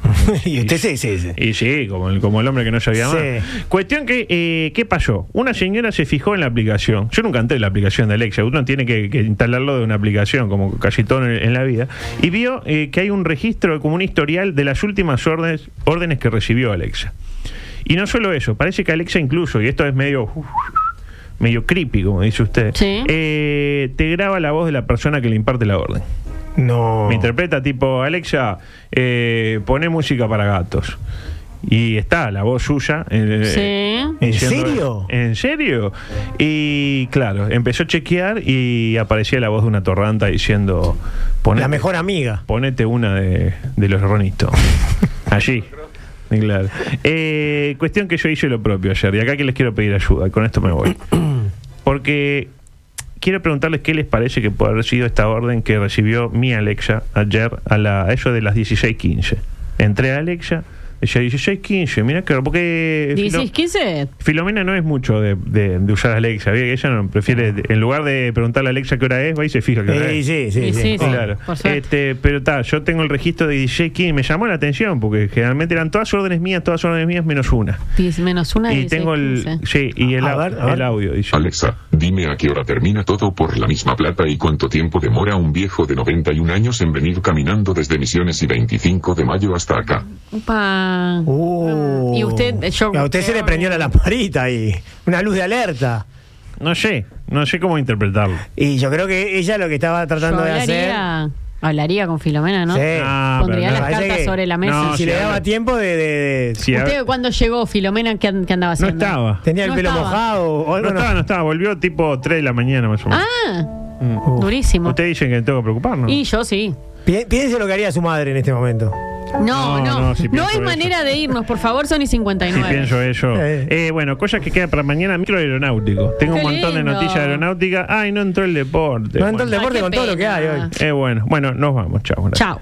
Speaker 9: y usted sí, sí, sí.
Speaker 7: Y sí, como el, como el hombre que no sabía
Speaker 9: Sí.
Speaker 7: más. Cuestión que, eh, ¿qué pasó? Una señora se fijó en la aplicación. Yo nunca entré en la aplicación de Alexa. Uno tiene que, que instalarlo de una aplicación, como casi todo en, en la vida. Y vio eh, que hay un registro, como un historial de las últimas órdenes, órdenes que recibió Alexa. Y no solo eso, parece que Alexa incluso, y esto es medio... uf, medio creepy, como dice usted, eh, te graba la voz de la persona que le imparte la orden.
Speaker 9: No.
Speaker 7: Me interpreta tipo, Alexa, eh, pone música para gatos. Y está la voz suya. eh,
Speaker 6: Sí.
Speaker 9: ¿En
Speaker 7: diciendo-
Speaker 9: serio?
Speaker 7: ¿En serio? Y claro, empezó a chequear y aparecía la voz de una torranta diciendo,
Speaker 9: La
Speaker 7: ponete,
Speaker 9: mejor amiga.
Speaker 7: ponete una de, de los ronitos. Allí. Y Claro. Eh, cuestión que yo hice lo propio ayer. Y acá que les quiero pedir ayuda. y Con esto me voy. Porque quiero preguntarles qué les parece que puede haber sido esta orden que recibió mi Alexa ayer a, la, a eso de las 16.15. Entré a Alexa, decía 16.15, mira que... Porque Filo-
Speaker 6: 16, 15.
Speaker 7: Filomena no es mucho de, de- de usar Alexa, ¿viste? ella no prefiere, en lugar de preguntarle a Alexa qué hora es, va y se fija qué hora
Speaker 9: Sí,
Speaker 7: es.
Speaker 9: sí, sí.
Speaker 6: Y
Speaker 9: sí.
Speaker 6: sí, sí.
Speaker 7: Claro.
Speaker 6: por suerte.
Speaker 7: Este, pero está, yo tengo el registro de DJ King. Me llamó la atención porque generalmente eran todas órdenes mías, todas órdenes mías menos una.
Speaker 6: 10 menos una
Speaker 7: y tengo el, sí, y el,
Speaker 9: A
Speaker 7: au-
Speaker 9: ver, a ver.
Speaker 7: el audio. dice.
Speaker 12: Alexa, dime a qué hora termina todo por la misma plata y cuánto tiempo demora un viejo de 91 años en venir caminando desde Misiones y 25 de mayo hasta acá.
Speaker 6: Upa.
Speaker 9: Uh.
Speaker 6: Y usted, eh, yo-
Speaker 9: a usted se le prendió la lamparita ahí. Una luz de alerta.
Speaker 7: No sé, no sé cómo interpretarlo.
Speaker 9: Y yo creo que ella lo que estaba
Speaker 6: yo
Speaker 9: tratando de hacer.
Speaker 6: hablaría, hablaría con Filomena, ¿no?
Speaker 9: Sí.
Speaker 7: Ah,
Speaker 6: Pondría
Speaker 7: pero no.
Speaker 6: las
Speaker 9: Parece
Speaker 6: cartas
Speaker 9: que-
Speaker 6: sobre la mesa.
Speaker 7: No,
Speaker 9: si le
Speaker 7: sí,
Speaker 9: daba
Speaker 7: habla.
Speaker 9: tiempo de. de- de-
Speaker 7: Sí, a-
Speaker 6: ¿Usted cuando llegó, Filomena, qué, an- qué andaba
Speaker 7: no
Speaker 6: haciendo?
Speaker 7: estaba.
Speaker 9: tenía el
Speaker 6: No
Speaker 9: pelo
Speaker 6: estaba.
Speaker 9: mojado. o
Speaker 7: No
Speaker 9: algo, no.
Speaker 7: estaba, no estaba. Volvió tipo 3 de la mañana más o menos.
Speaker 6: Ah,
Speaker 7: Mm.
Speaker 6: durísimo.
Speaker 7: Ustedes dicen que tengo que preocuparnos.
Speaker 6: Y yo sí.
Speaker 9: Pi- Piense lo que haría su madre en este momento.
Speaker 6: No,
Speaker 7: No,
Speaker 6: no.
Speaker 7: no,
Speaker 6: No,
Speaker 7: sí pienso
Speaker 6: es
Speaker 7: eso.
Speaker 6: manera de irnos, por favor, son y
Speaker 7: Sí,
Speaker 6: 59.
Speaker 7: pienso eso.
Speaker 9: Eh.
Speaker 7: Eh, bueno, cosas que quedan para mañana. Micro aeronáutico. Tengo un
Speaker 6: Qué
Speaker 7: montón de
Speaker 6: lindo.
Speaker 7: noticias aeronáuticas. Ay, no entró el deporte.
Speaker 9: No entró el
Speaker 7: Bueno.
Speaker 9: deporte
Speaker 6: qué
Speaker 9: con todo lo que
Speaker 6: pena.
Speaker 9: hay hoy.
Speaker 7: Eh, bueno, bueno, nos vamos. Chao. gracias.
Speaker 6: Chao.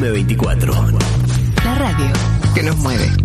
Speaker 1: M24.
Speaker 3: La radio.
Speaker 13: que nos mueve.